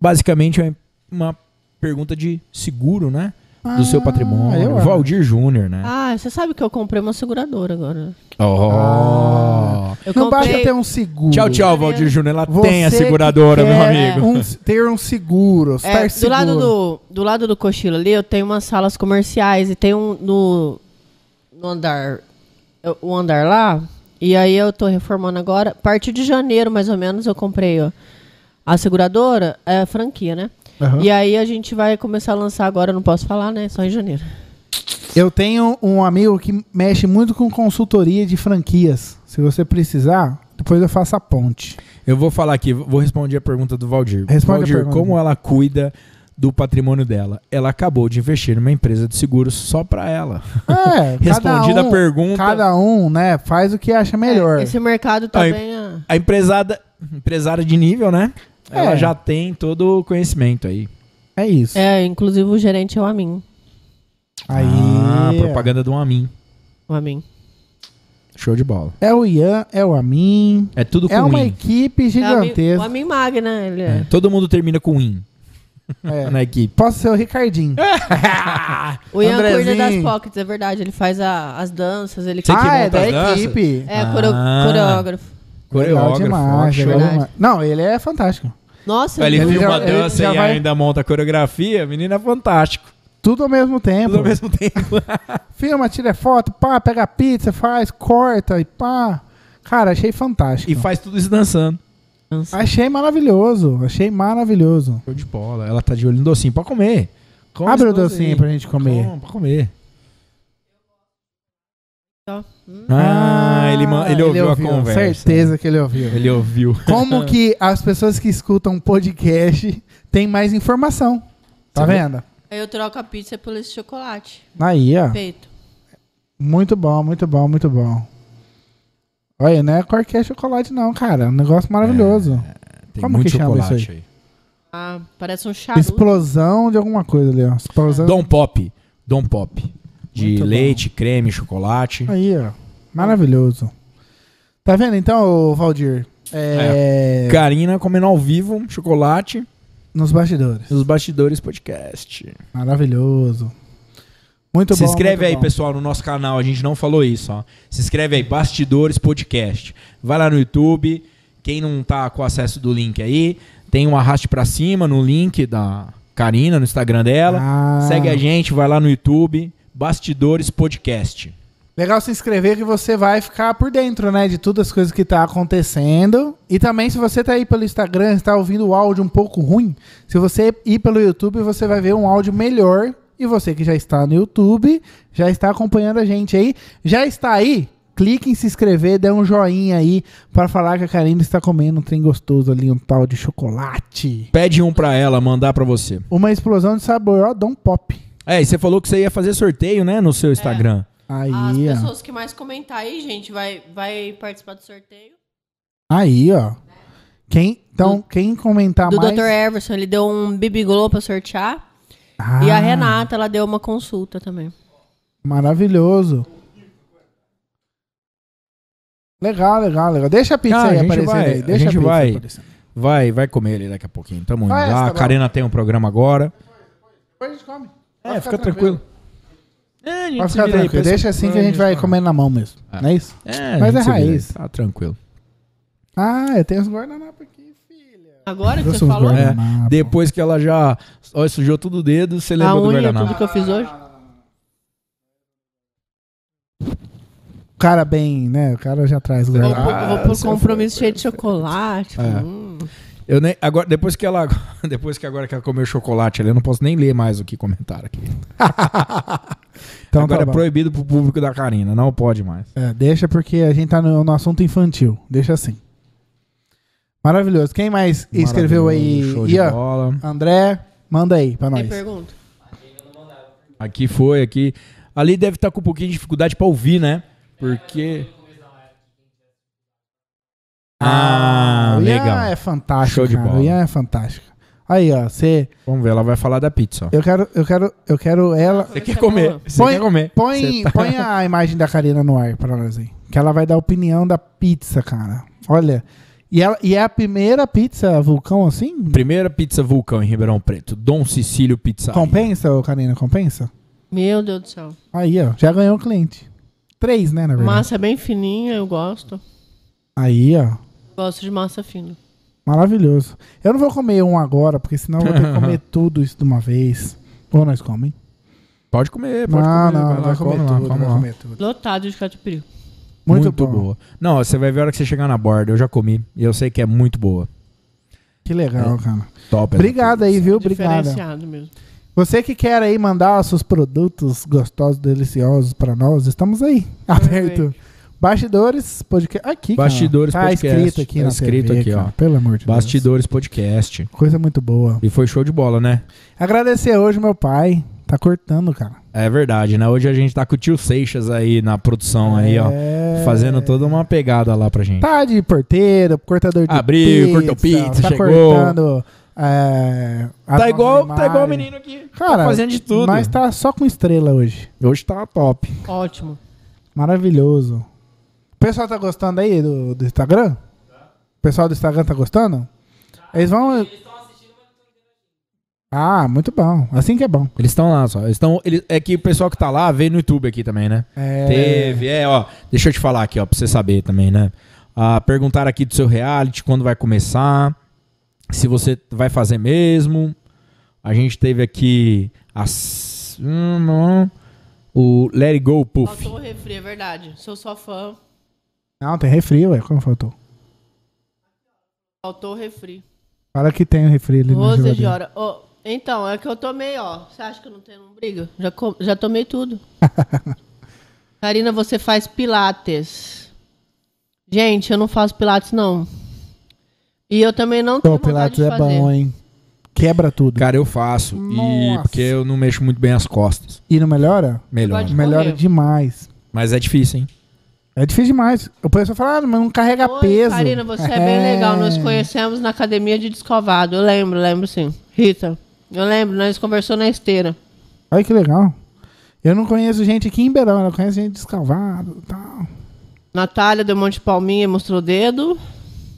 Basicamente é uma pergunta de seguro, né? Do seu
Ah,
patrimônio.
eu acho.
Valdir Júnior, né?
Ah, você sabe que eu comprei uma seguradora agora. né?
Oh.
Eu
Não
comprei...
basta ter um seguro.
Tchau, tchau, Valdir Júnior. Ela tem a
Você que
seguradora, meu
quer
amigo.
um- ter um seguro,
É,
estar
do
seguro.
lado do, do lado do cochilo ali, eu tenho umas salas comerciais e tem um no, no andar, eu- o andar lá. E aí eu tô reformando agora. A partir de janeiro, mais ou menos, eu comprei ó, a seguradora, é a franquia, né?
Aham.
E aí a gente vai começar a lançar agora, eu não posso falar, né? Só em janeiro.
Eu tenho um amigo que mexe muito com consultoria de franquias. Se você precisar, depois eu faço a
[laughs]
ponte.
Eu vou falar aqui, vou responder a pergunta do Valdir.
Responde a
Valdir,
pergunta.
como ela cuida do patrimônio dela? Ela acabou de investir numa empresa de seguros só pra ela.
É,
Respondida
cada um,
a pergunta.
Cada um, né, faz o que acha melhor.
É, esse mercado tá
Aí-
bem. ah,
A empresada, empresária de nível, né?
É.
Ela já tem todo o conhecimento aí.
É isso.
É, inclusive o gerente é o Amin.
Aí,
Ah,
é.
propaganda do Amin.
O Amin.
Show de bola.
É o Ian, é o Amin.
É tudo com
É uma
win.
equipe
É o Amin- O
gigantesca.
Amin Magna, ele é.
É, Todo mundo termina com win
É.
na equipe.
Posso ser o Ricardinho.
O Ian cuida das
Andrezinho.
pockets, é verdade. Ele faz a- as danças, ele
Você que
ah, é
monta
da
as danças?
equipe.
É, coreo-
Ah.
coreógrafo.
Legal
Coreógrafo. ó,
demais,
show.
legal
verdade.
demais. Não, ele é fantástico.
Nossa,
Ele,
Ele
filma
já-
a
ele
dança
já
e
vai-
ainda monta a coreografia. Menina, é fantástico.
Tudo ao mesmo tempo.
Tudo ao mesmo tempo.
Filma, tira foto, pá, pega pizza, faz, corta e pá. Cara, achei fantástico.
e faz tudo isso dançando.
dança.
Achei maravilhoso, achei maravilhoso.
Show de bola. Ela tá de olho no docinho. Pode comer. Come
Abre
esse
o docinho
aí.
pra gente comer.
Come, Pode comer.
Ó.
Ah, ele, ma- ele ouviu a conversa.
Hum. Certeza que ele ouviu.
Ele ouviu. [laughs]
Como que as pessoas que escutam podcast têm mais informação? Tá
Você viu?
vendo?
Aí eu troco a pizza por esse chocolate.
Aí, ó.
Perfeito.
Muito bom, muito bom, muito bom. Olha, não é qualquer chocolate não, cara. É um negócio
É.
maravilhoso.
Tem
Como
muito
que chama
chocolate
isso
aí.
Ah, parece um charuto.
Explosão de alguma coisa ali, ó. Explosão.
Dom Pop. Dom Pop. De
Muito bom.
leite, creme, chocolate.
Aí, ó. Maravilhoso. Tá vendo então, ô, Valdir? É,
Karina comendo ao vivo um chocolate
Nos bastidores.
nos bastidores podcast.
Maravilhoso. Muito
se
bom.
inscreve
muito
aí,
bom.
pessoal, no nosso canal. A gente não falou isso, ó. Se inscreve aí, Bastidores Podcast. Vai lá no YouTube. Quem não tá com acesso do link aí, tem um arraste pra cima no link da Karina, no Instagram dela.
Ah.
Segue a gente, vai lá no YouTube, Bastidores Podcast.
Legal se inscrever que você vai ficar por dentro, né, de todas as coisas que tá acontecendo. E também se você tá aí pelo Instagram, está ouvindo o áudio um pouco ruim, se você ir pelo YouTube, você vai ver um áudio melhor. E você que já está no YouTube, já está acompanhando a gente aí, já está aí, clique em se inscrever, dê um joinha aí para falar que a Karina está comendo um trem gostoso ali, um tal de chocolate.
Pede um pra ela mandar pra você.
Uma explosão de sabor, ó, Dom Pop.
É, e você falou que você ia fazer sorteio, né, no seu Instagram.
Aí,
As
ó.
pessoas que mais comentar aí, gente, vai, vai participar do sorteio.
Aí, ó. Quem, então, quem comentar
do
mais...
Dr. Everson, ele deu um bibigolô pra sortear.
Ah,
E a Renata, ela deu uma consulta também.
Maravilhoso. Legal, legal, legal. Deixa a pizza
Ah, a
aí
gente
aparecendo
vai,
aí.
a
Deixa
gente
pizza
vai.
aparecendo.
Vai, vai comer ele daqui a pouquinho. Tamo indo
Ah, é,
lá.
tá
a
bom.
Karina tem um programa agora.
Depois a gente come. Pode
É,
ficar
fica tranquilo. É, a gente
Pode
se
ficar
vira aí,
tranquilo.
pensa-
Deixa assim que a gente vai comer na mão mesmo.
Ah.
Não é isso?
É, a
Mas
gente
é
se vira aí,
raiz.
Tá tranquilo.
Ah, eu tenho os guardanapos aqui, filha.
Agora que
Eu
você
sou um os
falou,
guardanapos.
É,
Guardanapo.
depois que ela já ó, sujou tudo o dedo, você
a
lembrou do
unha, tá-
guardanapo.
tudo que eu fiz
Ah,
hoje.
O cara bem, né? O cara já traz é o É.
Vou,
guardanapo.
pro- vou
você
pro compromisso cheio de chocolate. hum.
Eu nem, agora, depois que ela, [laughs] depois que agora que ela comeu chocolate, ali, eu não posso nem ler mais o que comentaram aqui.
Então
agora
tá
é
bom.
proibido pro público da Karina, não pode mais.
É, deixa porque a gente tá no, no assunto infantil. Deixa assim. Maravilhoso. Quem mais escreveu aí?
Maravilhoso, Show de
Ian?
bola.
André, manda aí pra nós.
Tem pergunta?
Aqui foi, aqui. Ali deve estar com um pouquinho de dificuldade pra ouvir, né? Porque. Ah,
o Ian
legal.
é fantástico,
Show de
cara.
bola.
O Ian é fantástico. Aí, ó, você...
Vamos ver, ela vai falar da pizza. ó.
Eu quero, eu quero, eu quero ela...
Você quer comer? Você tá-
Põe-
quer comer?
Põe, põe a imagem da Karina no ar pra nós aí. Que ela vai dar opinião da pizza, cara. Olha. E, ela, e é a primeira pizza vulcão assim?
Primeira pizza vulcão em Ribeirão Preto. Dom Cecílio Pizza.
Compensa, ô, Karina, compensa?
Meu Deus do céu.
Aí, ó, já ganhou o cliente. Três, né, na É verdade.
Massa é bem fininha, eu gosto.
Aí, ó.
Gosto de massa fina.
Maravilhoso. Eu não vou comer um agora, porque senão eu vou ter que
[laughs]
comer tudo isso de uma vez. Ou nós comem.
Pode comer,
Não,
pode comer.
não,
vai lá,
vai comer
come lá,
tudo,
come
vai
lá.
comer tudo.
Lotado de catupiry.
Muito, bom.
boa. Não, você vai ver a hora que você chegar na borda. Eu já comi. E eu sei que é muito boa.
Que
É.
legal, cara.
Top. essa
Obrigado aí, viu? Obrigado.
Diferenciado mesmo.
Você que quer aí mandar os seus produtos gostosos, deliciosos pra nós, estamos aí, aberto. Bastidores podcast. Aqui, cara.
Bastidores
tá
Podcast.
escrito aqui,
Tá
na
escrito
TV,
aqui, ó.
cara. Pelo amor de
pizza. Bastidores Podcast.
Deus. Coisa muito boa.
E foi show de bola, né?
Agradecer hoje meu pai. Tá cortando, cara.
É verdade, né? Hoje a gente tá com o tio Seixas aí na produção aí, ó.
É.
Fazendo toda uma pegada lá pra gente.
Tá de porteiro, cortador de
Abriu,
pizza.
cortou pizza,
tá
chegou.
cortando. é, as
Tá igual,
nossas
tá igual o
imagens.
menino aqui.
Cara,
tá fazendo de tudo.
Mas tá só com estrela hoje.
Hoje tá top.
Ótimo.
Maravilhoso. O pessoal tá gostando aí do, do Instagram? O pessoal do Instagram tá gostando? Eles vão. Ah, muito bom. Assim que é bom.
Eles estão lá só. Eles estão. eles- É que o pessoal que tá lá vê no YouTube aqui também, né?
É,
Teve, é, ó. Deixa eu te falar aqui, ó, pra você saber também, né? Ah, perguntaram aqui do seu reality, quando vai começar, se você vai fazer mesmo. A gente teve aqui as, hum, não. o Let It Go Puff.
Faltou o refri, é verdade. Sou só fã.
Não, tem refri, ué. Como faltou?
Faltou o refri.
Fala que tem o refri ali na
Você
geladeira.
chora. Ô, então, é que eu tomei, ó. Você acha que eu não tenho não briga? Já, co- já
[laughs]
tomei tudo. Karina, você faz pilates. Gente, eu não faço pilates, não. E eu também não tenho
Então,
vontade
Pilates
de
é
fazer.
bom, hein? Quebra tudo.
Cara, eu faço. E
Nossa.
porque eu não mexo muito bem as costas.
E não melhora?
Melhor.
Pode-
Melhora
Morreu.
demais.
Mas é difícil, hein?
É difícil demais. O pessoal fala, ah, mas não carrega
Oi,
peso.
Karina, você é bem legal. Nós conhecemos na academia de Descovado. Eu lembro, lembro sim. Rita, eu lembro. Nós conversamos na esteira.
Olha que legal. Eu não conheço gente aqui em Beirão, eu conheço gente descalvado e tal.
Natália deu um monte de palminha e mostrou o dedo.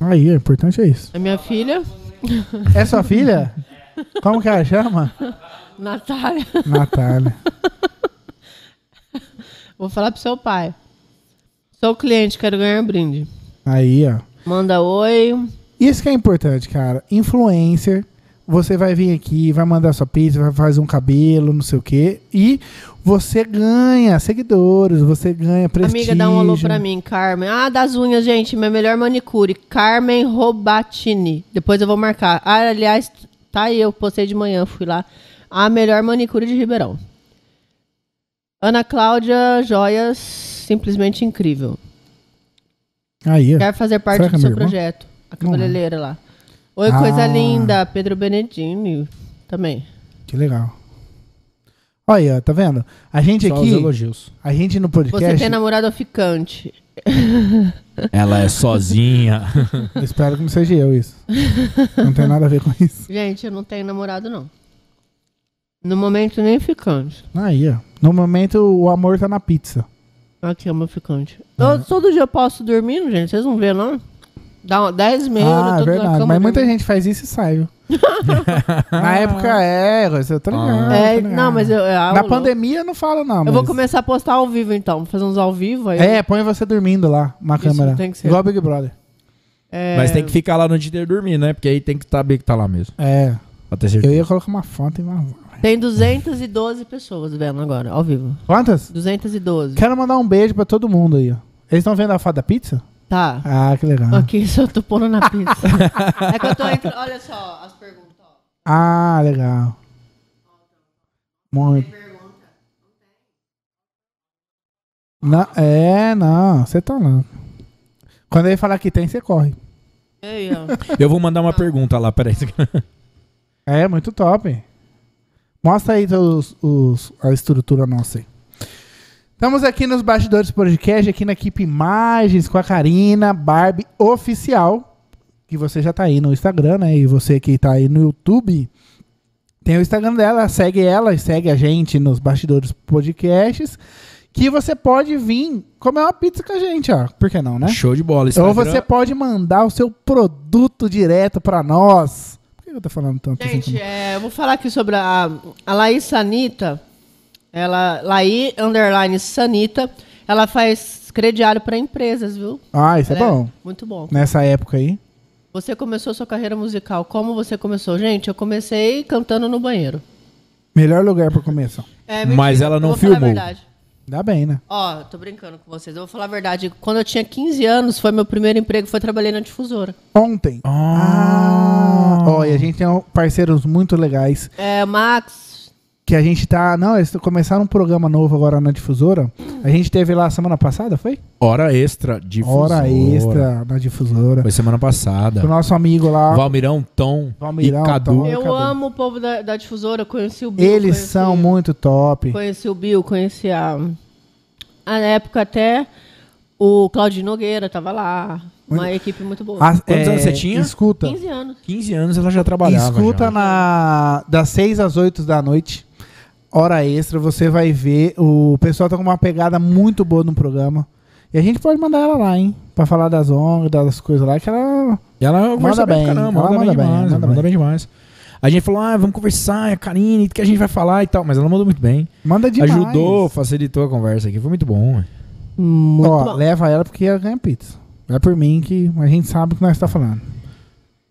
Aí, o importante é isso.
A minha filha,
É sua [laughs] filha? Como que ela chama?
Natália.
Natália.
Vou falar pro seu pai. Sou cliente, quero ganhar um brinde.
Aí, ó.
Manda oi.
Isso que é importante, cara. Influencer, você vai vir aqui, vai mandar sua pizza, vai fazer um cabelo, não sei o quê. E você ganha seguidores, você ganha prestígio.
Amiga, dá um alô pra mim, Carmen. Ah, das unhas, gente, minha melhor manicure. Carmen Robatini. Depois eu vou marcar. Ah, aliás, tá aí, eu postei de manhã, fui lá. A melhor manicure de Ribeirão. Ana Cláudia Joias, simplesmente incrível.
Aí, ó.
Quer fazer parte
Será que é
do seu
minha irmã? é.
projeto. A cabeleireira lá. Oi,
Ah.
coisa linda. Pedro Benedini também.
Que legal. Olha, aí, ó, tá vendo? A gente
Só os
aqui,
elogios.
a gente no
Você
podcast,
tem namorado ou ficante?
Ela é sozinha. [laughs]
eu espero que não seja eu
[laughs]
isso. não tem nada a ver com isso.
Gente, eu não tenho namorado, não. No momento, nem ficante.
Aí, ó. No momento, o amor tá na pizza.
Aqui é o meu ficante. Eu- todo dia eu posso dormindo, gente. Vocês não vê, não? Dá 10 meia, eu
ah,
tô na
verdade.
cama.
Mas muita
dormindo.
gente faz isso e sai,
[laughs]
viu? na época, é, eu tô ligado. tô
É,
ligado.
não, mas eu. é
Na
aula.
pandemia eu não falo, não.
Eu vou
mas-
começar a postar ao vivo, então. Fazer uns ao vivo aí.
É, põe você dormindo lá, uma
Isso
câmera.
tem que ser.
Igual Big Brother.
É,
Mas tem que ficar lá no Tinder dormir, né? Porque aí tem que saber que tá lá mesmo.
É.
Pra ter
Eu
certeza.
ia colocar uma foto e uma.
tem 212 pessoas vendo agora, ao vivo.
Quantas?
212.
Quero mandar um beijo pra todo mundo aí, ó. Eles estão vendo a foto da pizza?
Tá.
Ah, que legal.
Aqui, só tô pondo na
[laughs]
pizza. é que eu tô entre. Olha só as perguntas. ó.
Ah, legal. Muito. Não, é, não, você tá lá. Quando ele falar que tem, você corre.
Aí, ó.
Eu, vou mandar uma pergunta lá, peraí.
É, muito top. Mostra aí os, os- a estrutura nossa aí. Estamos aqui nos bastidores do podcast, aqui na equipe Imagens, com a Karina Barbie Oficial, que você já tá aí no Instagram, né? E você que tá aí no YouTube, tem o Instagram dela, segue ela e segue a gente nos bastidores podcasts, que você pode vir comer uma pizza com a gente, ó. Por que não, né?
Show de bola. é
Ou
Instagram-
você pode mandar o seu produto direto pra nós. Por que eu tô falando tanto assim?
Gente, é, eu vou falar aqui sobre a, a Laís Sanita. Ela, Laí, underline Sanita. Ela faz crediário para empresas, viu?
Ah, isso é
Ela
bom.
Muito bom.
Nessa época aí.
Você começou sua carreira musical. Como você começou? Gente, eu comecei cantando no banheiro.
Melhor lugar pra começar.
É,
Mas ela não
eu vou
filmou.
Falar a verdade.
Dá bem, né?
Ó, eu tô brincando com vocês. Eu vou falar a verdade. Quando eu tinha 15 anos, foi meu primeiro emprego, foi trabalhei na difusora.
Ontem. Ah. Ó, e a gente tem um- parceiros muito legais.
É, Max,
Que a gente tá. Não, eles começaram um programa novo agora na difusora. A gente teve lá semana passada, foi?
Hora extra de
Hora extra na difusora.
Foi semana passada.
O nosso amigo lá.
Valmirão, Tom
Valmirão,
e Cadu.
Tom.
eu
acabou.
amo o povo da, da difusora. Eu conheci o Bill.
eles
conheci-
são muito top.
Conheci o Bill, conheci a. a- Na época até o Claudio Nogueira tava lá. Uma equipe muito boa.
As-
Quantos anos você tinha?
é, Escuta.
15 anos.
15 anos ela já trabalhava.
Escuta
já.
na das 6 às 8 da noite, hora extra, você vai ver. O pessoal tá com uma pegada muito boa no programa. E a gente pode mandar ela lá, hein? Pra falar das ONGs, das coisas lá, que ela.
E ela é conversa bem,
bem,
pra caramba,
ela
manda,
manda
bem,
bem,
demais,
manda
manda, bem demais. A gente falou, ah, vamos conversar, é a Karine, o que a gente vai falar e tal, mas ela mandou muito bem.
Manda demais.
Ajudou, facilitou a conversa aqui, foi muito bom.
Muito
Ó, leva ela porque ela ganha pizza. É por mim que a gente sabe o que nós tá falando.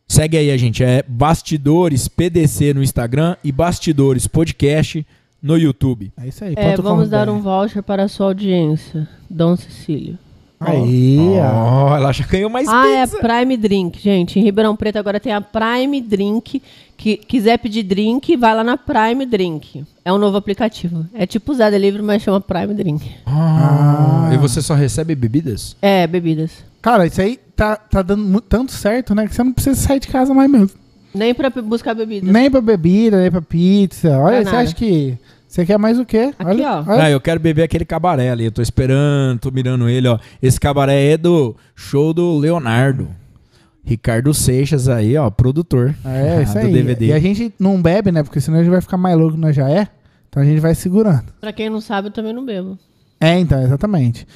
Segue aí a gente, é Bastidores PDC no Instagram e Bastidores Podcast no YouTube.
É isso aí.
É,
ponto com
vamos dar
BR.
um voucher para a sua audiência, Dom Cecílio.
Aí, ó.
Oh, ela já ganhou mais
Ah, é a
pizza.
Prime Drink, gente. Em Ribeirão Preto agora tem a Prime Drink. Que quiser pedir drink, vai lá na Prime Drink. É um novo aplicativo. É tipo Zé Delivery, mas chama Prime Drink.
Ah, E você só recebe bebidas?
É, bebidas.
Cara, isso aí tá, tá dando mu- tanto certo, né? Que você não precisa sair de casa mais mesmo.
Nem para buscar bebidas.
Nem pra bebida, nem pra pizza. Olha,
Pra
você
nada.
acha que. Você quer mais o quê?
Aqui,
olha,
ó.
Ah,
olha.
eu quero beber aquele cabaré ali, eu tô esperando, tô mirando ele, ó. Esse cabaré é do show do Leonardo. Ricardo Seixas aí, ó, produtor.
É, isso
Ah, do
aí.
DVD.
E a gente não bebe, né? Porque senão a gente vai ficar mais louco que nós já é. Então a gente vai segurando.
Pra quem não sabe, eu também não bebo.
É, então, exatamente.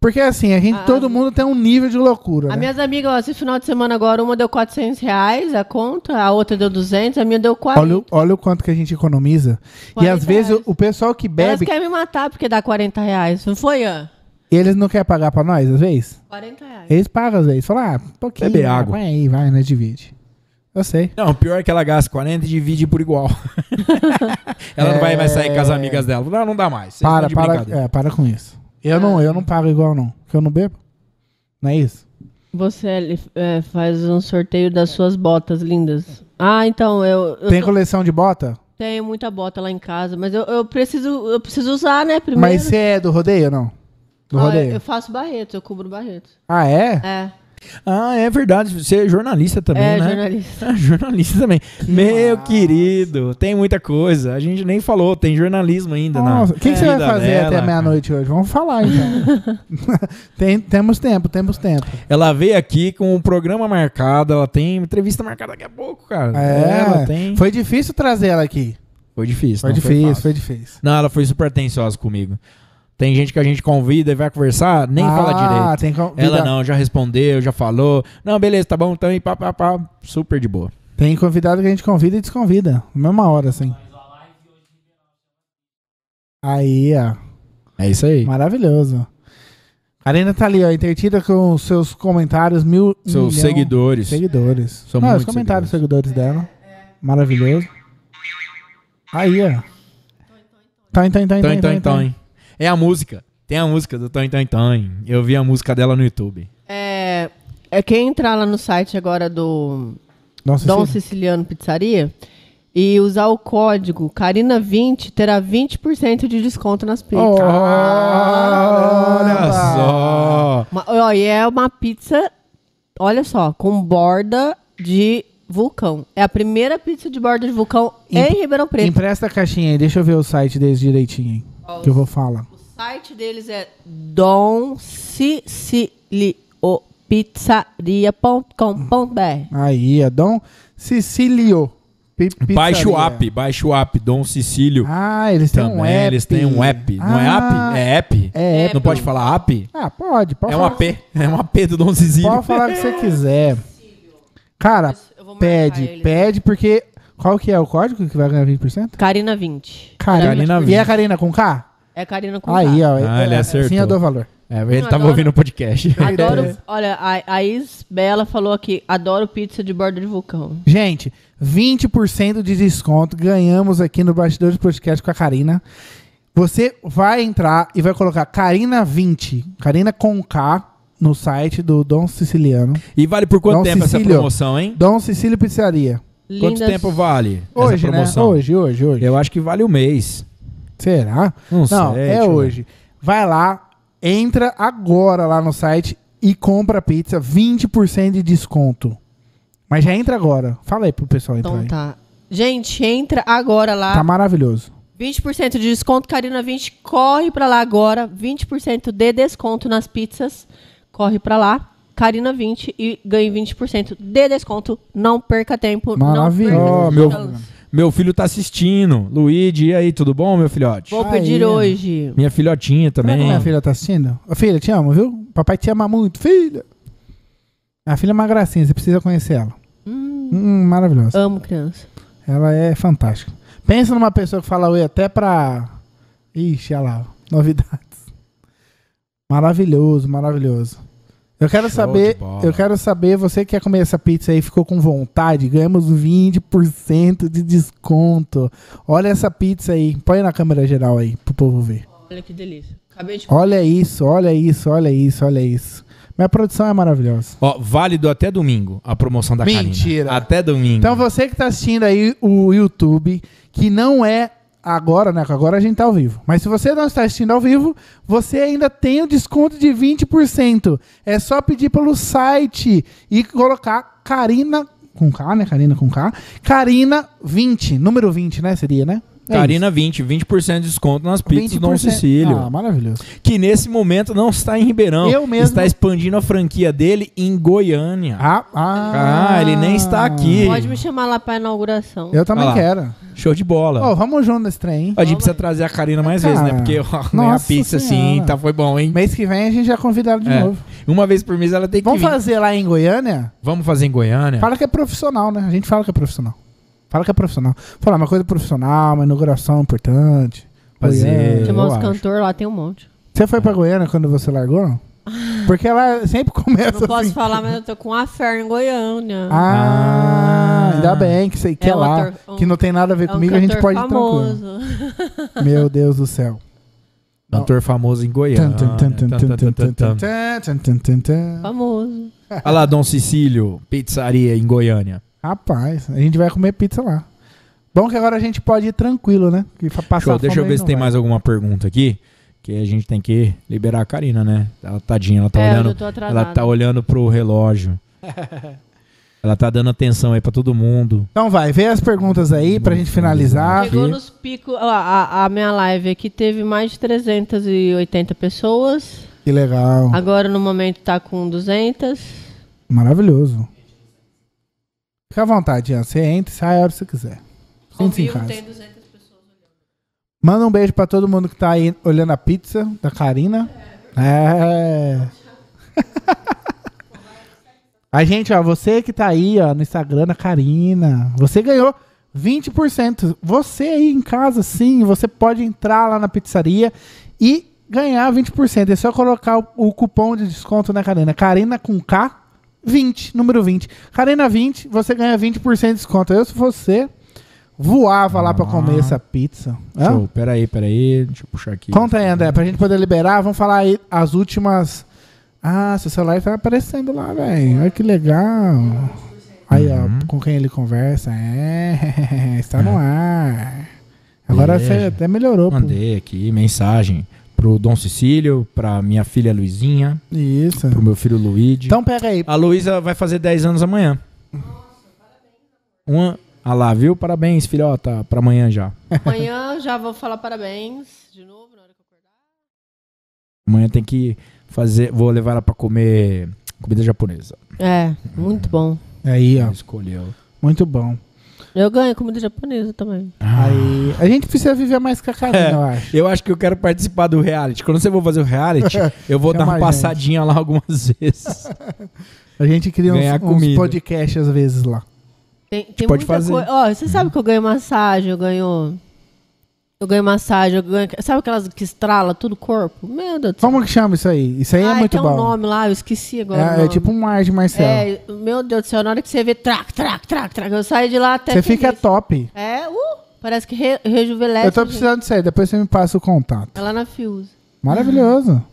Porque assim, a gente,
Ah.
todo mundo tem um nível de loucura.
As
né?
minhas amigas, ó, esse final de semana agora, uma deu 400 reais a conta, a outra deu 200, a minha deu 40.
Olha, o- olha o quanto que a gente economiza. E
40
às vezes o,
reais.
o pessoal que
Elas
bebe,
querem me matar porque dá 40 reais. Não foi, Ian?
eles não querem pagar pra nós, às vezes?
40 reais.
Eles pagam às vezes. Fala, ah, pouquinho.
Bebe
ah,
água.
Vai aí, vai, nós divide. Eu sei.
Não, o pior é que ela gasta 40 e divide por igual. [laughs] ela não vai mais sair com as amigas dela. Não, não dá mais. Vocês estão
É. Para,
de
para,
brincadeira.
é, para com isso. Eu, não, eu não pago igual, não. Porque eu não bebo. Não é isso?
Você ele, é, faz um sorteio das suas botas lindas. Ah, então, eu, eu
Tem
tô-
coleção de bota?
tenho muita bota lá em casa, mas eu, eu preciso, eu preciso usar, né, primeiro.
Mas você é do rodeio ou não? Do
Ah,
rodeio?
eu faço barreto, eu cubro barreto.
Ah, é?
É,
Ah, é verdade. Você é jornalista também,
é
né? [laughs]
jornalista.
Ah, jornalista também. Meu querido, tem muita coisa. A gente nem falou, tem jornalismo ainda. na
Nossa, o que, que você vai
vida
fazer
dela,
até
cara.
meia-noite hoje? Vamos falar então.
[laughs]
Tem- temos tempo, temos tempo.
Ela veio aqui com o programa marcado, ela tem entrevista marcada daqui a pouco, cara.
É,
ela tem.
Foi
Foi,
difícil trazer ela aqui.
difícil.
Foi
não
difícil,
fácil.
foi difícil.
Não, ela foi super tensiosa comigo. Tem gente que a gente convida e vai conversar, nem
Ah,
fala direito.
Tem que
Ela não, já respondeu, já falou. Não, beleza, tá bom, então e pá, pá, pá. Super de boa.
Tem convidado que a gente convida e desconvida. Na mesma hora, assim. Aí, ó.
É isso aí.
Maravilhoso. Karina tá ali, ó, entretida com os seus comentários, mil
Seus
milhão
seguidores.
seguidores.
São
Não, os
muitos
comentários seguidores, dela. Maravilhoso. Aí, ó. Tá, então, então,
Então,
então,
então, então, hein? É a música. Tem a música do Tom, então, então. hein? Eu vi a música dela no YouTube.
É, é quem entrar lá no site agora do
Nossa,
Dom
esse-
Siciliano Pizzaria e usar o código Carina20 terá 20% de desconto nas pizzas.
Caramba!
Olha só.
Oh.
Ma- ó, e é uma pizza, olha só, com borda de vulcão. É a primeira pizza de borda de vulcão
Em-
em Ribeirão Preto.
Empresta a caixinha aí, deixa eu ver o site deles direitinho, hein?
Ó,
Que eu vou falar.
O site deles é domsiciliopizzaria.com.br.
Aí, é Dom Sicílio. Pi-
Baixa o
Pizzaria.
app, baixa o app, Dom Cecílio.
Ah, eles têm
também,
um app.
eles têm um app. Não é
Ah,
app? É app?
É app.
Não pode falar app?
Ah, pode. pode
É um
falar,
AP. É um AP do Dom Cecílio.
Pode falar o que você quiser. Cara,
Eu vou marcar
pede,
eles.
pede, porque... Qual que é o código que vai ganhar 20%?
Carina 20.
Karina
E é a Karina com K?
É Carina com
Aí,
K.
ó.
Ah, ele
é,
acertou.
Sim, eu dou valor.
É, ele
Não,
tava
adoro.
ouvindo o podcast.
[laughs] Adoro.
É.
Olha, a, a Isbela falou aqui: adoro pizza de borda de vulcão.
Gente, 20% de desconto ganhamos aqui no Bastidores Podcast com a Karina. Você vai entrar e vai colocar Karina20, Karina com K, no site do Dom Siciliano.
E vale por quanto
Dom
tempo
Cecílio.
essa promoção, hein?
Dom Sicílio Pizzaria.
Quanto
Lindas-
tempo vale
Hoje,
essa
né?
promoção?
Hoje, hoje, hoje.
Eu acho que vale um mês.
Será?
Não sei,
é
deixa eu ver.
hoje. Vai lá, entra agora lá no site e compra pizza, 20% de desconto. Mas já entra agora. Fala aí pro pessoal entrar
Então
aí.
tá. Gente, entra agora lá.
Tá maravilhoso.
20% de desconto, Carina 20, corre pra lá agora. 20% de desconto nas pizzas. Corre pra lá, Carina 20 e ganhe 20% de desconto. Não perca tempo, não perca
Maravilhoso.
Ó,
essa
meu-
chance.
Meu filho tá assistindo. Luigi, e aí, tudo bom, meu filhote?
Vou
Aí,
pedir
né?
hoje.
Minha filhotinha
Será
também.
que minha filha tá assistindo? Ô, filha, te amo, viu? Papai te ama muito, filha. Minha filha é uma gracinha, você precisa conhecer ela. Hum, maravilhosa.
Amo criança.
Ela é fantástica. Pensa numa pessoa que fala oi até pra. Ixi, olha lá, novidades. Maravilhoso, maravilhoso. Eu quero
Show
saber,
de bola.
eu quero saber, você que quer comer essa pizza aí, ficou com vontade? Ganhamos 20% de desconto. Olha essa pizza aí. Põe na câmera geral aí pro povo ver.
Olha que delícia. Acabei de
Olha isso, olha isso, olha isso, olha isso. Minha produção é maravilhosa.
Ó, válido até domingo a promoção da
Mentira.
Karina. Até domingo.
Então você que tá assistindo aí o YouTube, que não é agora, né? que Agora a gente tá ao vivo. Mas se você não está assistindo ao vivo, você ainda tem o desconto de 20%. É só pedir pelo site e colocar Karina com K, né? Karina com K. Karina 20, número 20, né? Seria, né? É
Carina 20, 20% de desconto nas pizzas do Dom Cecílio.
Ah, maravilhoso.
Que nesse momento não está em Ribeirão.
Eu mesmo.
Está expandindo a franquia dele em Goiânia.
Ah, ah,
Ah, ele nem está aqui.
Pode me chamar lá pra inauguração.
Eu também
Ah lá. Tá.
quero.
Show de bola.
Ô, vamos junto nesse trem, hein?
a gente precisa trazer a Karina mais
Cara,
vezes, né? Porque ó, né, a
nossa
pizza,
senhora.
assim, tá, foi bom, hein?
Mês que vem a gente já convida ela de
É.
novo.
Uma vez por mês ela tem que
Vamos
vir.
fazer lá em Goiânia?
Vamos fazer em Goiânia?
Fala que é profissional, né? A gente fala que é profissional. Fala que é profissional. Falar uma coisa profissional, uma inauguração importante.
Fazer.
Goiânia,
Tem
Chamar
eu
os
acho.
cantores lá, tem um monte.
Você foi pra Goiânia quando você largou?
[laughs]
não? Porque ela sempre começa
Não posso
assim.
falar, mas eu tô com a fé em Goiânia.
Ah,
Ah.
ainda bem que, você, que é,
É um
lá,
ator- um-
que não tem nada a ver
É um
comigo, a gente
cantor
pode ir tranquilo. [laughs]
famoso. [laughs]
Meu Deus do
[laughs]
céu.
Cantor famoso em Goiânia.
Tan, tan, tan, tan, tan, tan, tan, tan, tan, tan, tan, tan.
Famoso.
Olha lá, Dom Cecílio, pizzaria em Goiânia.
[laughs] Rapaz, a gente vai comer pizza lá. Bom que agora a gente pode ir tranquilo, né? Que fa- passar
Show,
fome
deixa eu
aí
ver se
não
tem
vai.
mais alguma pergunta aqui. Que a gente tem que liberar a Karina, né? Ela, tadinha, ela tá
é, eu
olhando.
tô atrasada.
Ela tá olhando pro
[laughs]
relógio. ela tá dando atenção aí pra todo mundo.
Então vai, vê as perguntas aí pra gente finalizar.
Aqui.
Chegou nos picos. ó, A, a minha live aqui teve mais de 380 pessoas.
Que legal.
Agora, no momento, tá com 200.
Maravilhoso. Fica à vontade, Ian. Você entra e sai a hora que você quiser. Sinta-se em casa.
200 pessoas.
Manda um beijo pra todo mundo que tá aí olhando a pizza da Karina. É. [laughs] a gente, ó, você que tá aí, ó, no Instagram da Karina, você ganhou 20%. Você aí em casa, sim, você pode entrar lá na pizzaria e ganhar 20%. É só colocar o, o cupom de desconto na Karina. Karina com K, 20, número 20. Karina 20, você ganha 20% de desconto. Eu, se fosse você, voava lá pra
Ah.
comer essa pizza. Hã?
Show, peraí, peraí. Deixa eu puxar aqui.
É? Conta aí, André, pra gente poder liberar, vamos falar aí as últimas. Ah, seu celular tá aparecendo lá, velho. Olha que legal. Aí, ó, com quem ele conversa. É, [laughs] está no ar. Agora
Beleza.
você até melhorou, pô.
Mandei aqui mensagem pro Dom Cecílio, pra minha filha Luizinha,
Isso.
pro meu filho Luigi.
Então pega aí.
A Luísa vai fazer 10 anos amanhã. Uma. Ah lá, viu? Parabéns, filhota, pra amanhã já.
Amanhã já vou falar parabéns de novo, na hora que eu acordar.
Amanhã tem que fazer. Vou levar ela pra comer comida japonesa.
É, muito bom.
Aí,
Ela
ó.
escolheu.
Muito bom.
Eu ganho comida japonesa também.
Ah.
Aí. A gente precisa viver mais com a Karina,
É.
eu acho.
Eu acho que eu quero participar do reality. Quando você for fazer o [laughs] reality, eu vou dar
Chama a
uma
gente.
passadinha lá algumas [laughs] vezes.
A gente cria
Ganhar
uns, uns
comida.
podcasts às vezes lá.
Tem, tem
pode
muita
fazer.
coisa. Ó, você sabe que eu ganho massagem, eu ganho. Eu ganho massagem, eu ganho. Sabe aquelas que estrala todo o corpo? Meu Deus do céu.
Como que chama isso aí? Isso aí é
Ai,
muito
tem um
bom.
nome lá, eu esqueci agora. o
É, é
nome.
tipo um mar de Marcelo.
É, meu Deus do céu, na hora que você vê trac, trac, trac, trac, eu saio de lá até.
você
feliz.
fica top.
É, uh, parece que re, rejuvenesce.
Eu tô
gente.
precisando disso aí, depois você me passa o contato.
É lá na Fuse.
Maravilhoso.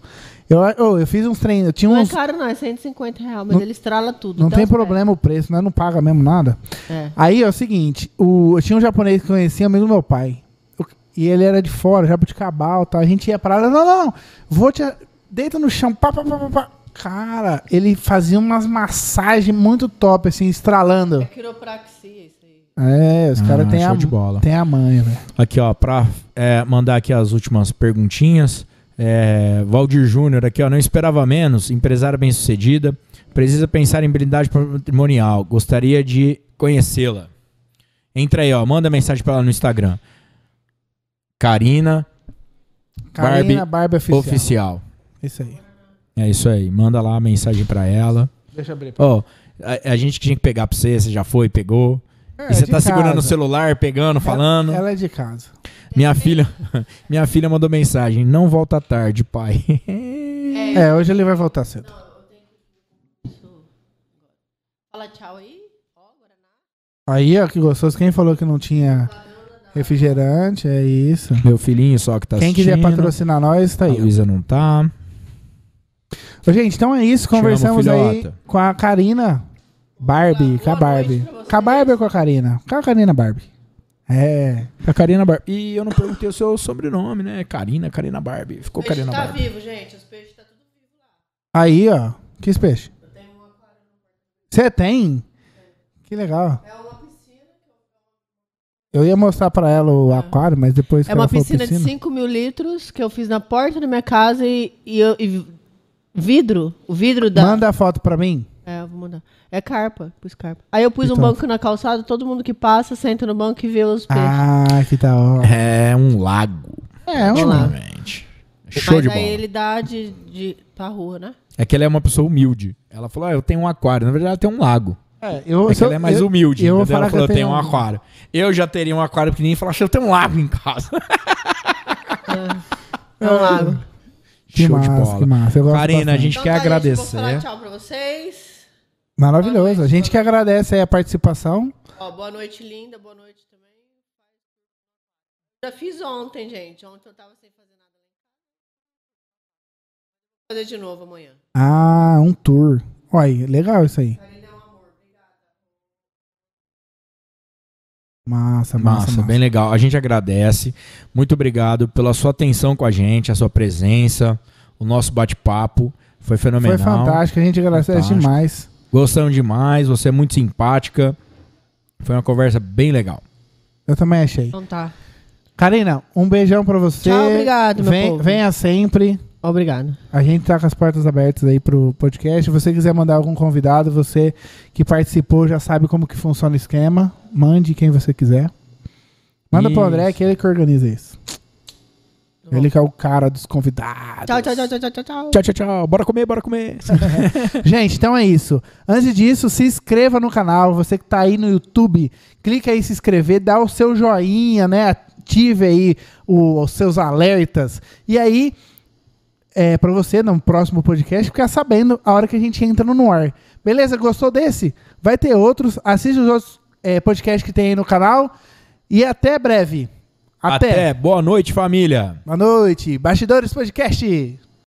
Eu, oh, eu fiz uns treinos, eu tinha
Não é
uns.
caro, não, é 150 reais, mas ele estrala tudo. Então,
Não
até
tem
os pés.
problema o preço, né? Não paga mesmo nada.
É.
Aí é o seguinte: o, eu tinha um japonês que eu conhecia, amigo do meu pai. Eu- e ele era de fora, jabuticabal, tá? A gente ia pra lá, não, não, não, vou te. Deita no chão, pá, pá, pá, pá, pá. Cara, ele fazia umas massagens muito top, assim, estralando.
É quiropraxia, isso aí.
É, os
Ah,
caras têm
show
a,
de bola.
têm a manha, né? velho.
Aqui, ó, pra é, mandar aqui as últimas perguntinhas. É, Valdir Júnior aqui, ó, não esperava menos, empresária bem-sucedida, precisa pensar em blindagem patrimonial, gostaria de conhecê-la. Entra aí, ó, manda mensagem pra ela no Instagram. Karina
Carina, barba oficial.
Oficial.
Isso aí.
É isso aí, manda lá a mensagem pra ela.
Deixa eu abrir.
Ó, a, a gente que tinha que pegar pra você, você já foi, pegou.
É,
e você
de
tá segurando o
casa.
celular, pegando, falando.
Ela é de casa.
Minha filha, [laughs] minha filha mandou mensagem: "Não volta tarde, pai". [laughs]
É, hoje ele vai voltar cedo.
Fala tchau aí.
Aí, ó, que gostoso. Quem falou que não tinha refrigerante, é isso.
Meu filhinho só que tá
Quem
assistindo.
quiser patrocinar nós, tá
A
aí. ó.
Luísa não tá.
Ô, gente, então é isso.
Te amo,
Conversamos aí
filhota.
com a Karina Barbie. Com a Barbie. Com a Barbie ou com a Karina? Com a Karina Barbie. É.
A Karina Barbie. E eu não perguntei o seu sobrenome, né? Karina, Karina Barbie. Ficou
O peixe
Karina
tá
Barbie.
vivo, gente. Os peixes tá tudo vivo.
Aí, ó. Que esse peixe? Você tem? Que legal.
É uma piscina.
Eu ia mostrar pra ela o aquário, mas depois. que
É uma
ela falou
piscina, de 5 mil litros que eu fiz na porta da minha casa e, e eu- e vidro. O vidro da.
Manda a foto pra mim.
É, eu vou mandar. É carpa, pus carpa. Aí eu pus um
Então.
banco na calçada, todo mundo que passa senta no banco e vê os peixes.
Ah, que da hora.
É um lago.
É, um
lá.
Ultimamente. Show
Mas
de
aí
bola.
ele dá de, de pra rua, né?
É que ela é uma pessoa humilde. Ela falou, ah, eu tenho um aquário. Na verdade, ela tem um lago.
É, eu,
É
se
que
eu-
ela é mais
eu-
humilde.
Eu vou
entendeu?
falar
ela falou,
que
eu tenho um aquário. Eu já teria um aquário pequenininho e falasse, eu tenho um lago em casa.
É um lago.
[laughs] Que
Show
massa,
de bola.
que massa. Eu gosto
Karina, a
bastante.
gente
Então
quer
tá, vou
agradecer.
falar tchau pra vocês.
Maravilhoso. A gente que agradece aí a participação.
Ó, boa noite, linda. Boa noite também. Já fiz ontem, gente. Ontem eu tava sem fazer nada. Vou fazer de novo amanhã.
Ah, um tour. Olha, legal isso aí. Massa, massa,
Massa,
massa.
bem legal. A gente agradece. Muito obrigado pela sua atenção com a gente, a sua presença, o nosso bate-papo.
Foi
Foi fenomenal.
fantástico, a gente agradece
Fantástico.
demais.
Gostaram demais, você é muito simpática. Foi uma conversa bem legal.
Eu também achei.
Então tá.
Karina, um beijão pra você.
Tchau, obrigado, meu
Vem-
povo.
Venha sempre.
Obrigado.
A gente tá com as portas abertas aí pro podcast. Se você quiser mandar algum convidado, você que participou já sabe como que funciona o esquema. Mande quem você quiser. Manda pro
Isso.
André, que é ele que organiza isso. Ele que é o cara dos convidados.
Tchau, tchau, tchau, tchau, tchau, tchau, tchau.
Tchau, tchau, tchau. Bora comer, bora [laughs] comer.
Gente, então é isso. Antes disso, se inscreva no canal. Você que tá aí no YouTube, clica aí em se inscrever, dá o seu joinha, né? Ative aí o- os seus alertas. E aí, é para você no próximo podcast ficar sabendo a hora que a gente entra no ar. Beleza? Gostou desse? Vai ter outros. Assiste os outros é, podcasts que tem aí no canal. E até breve. Até.
Até. Boa noite, família.
Boa noite. Bastidores Podcast.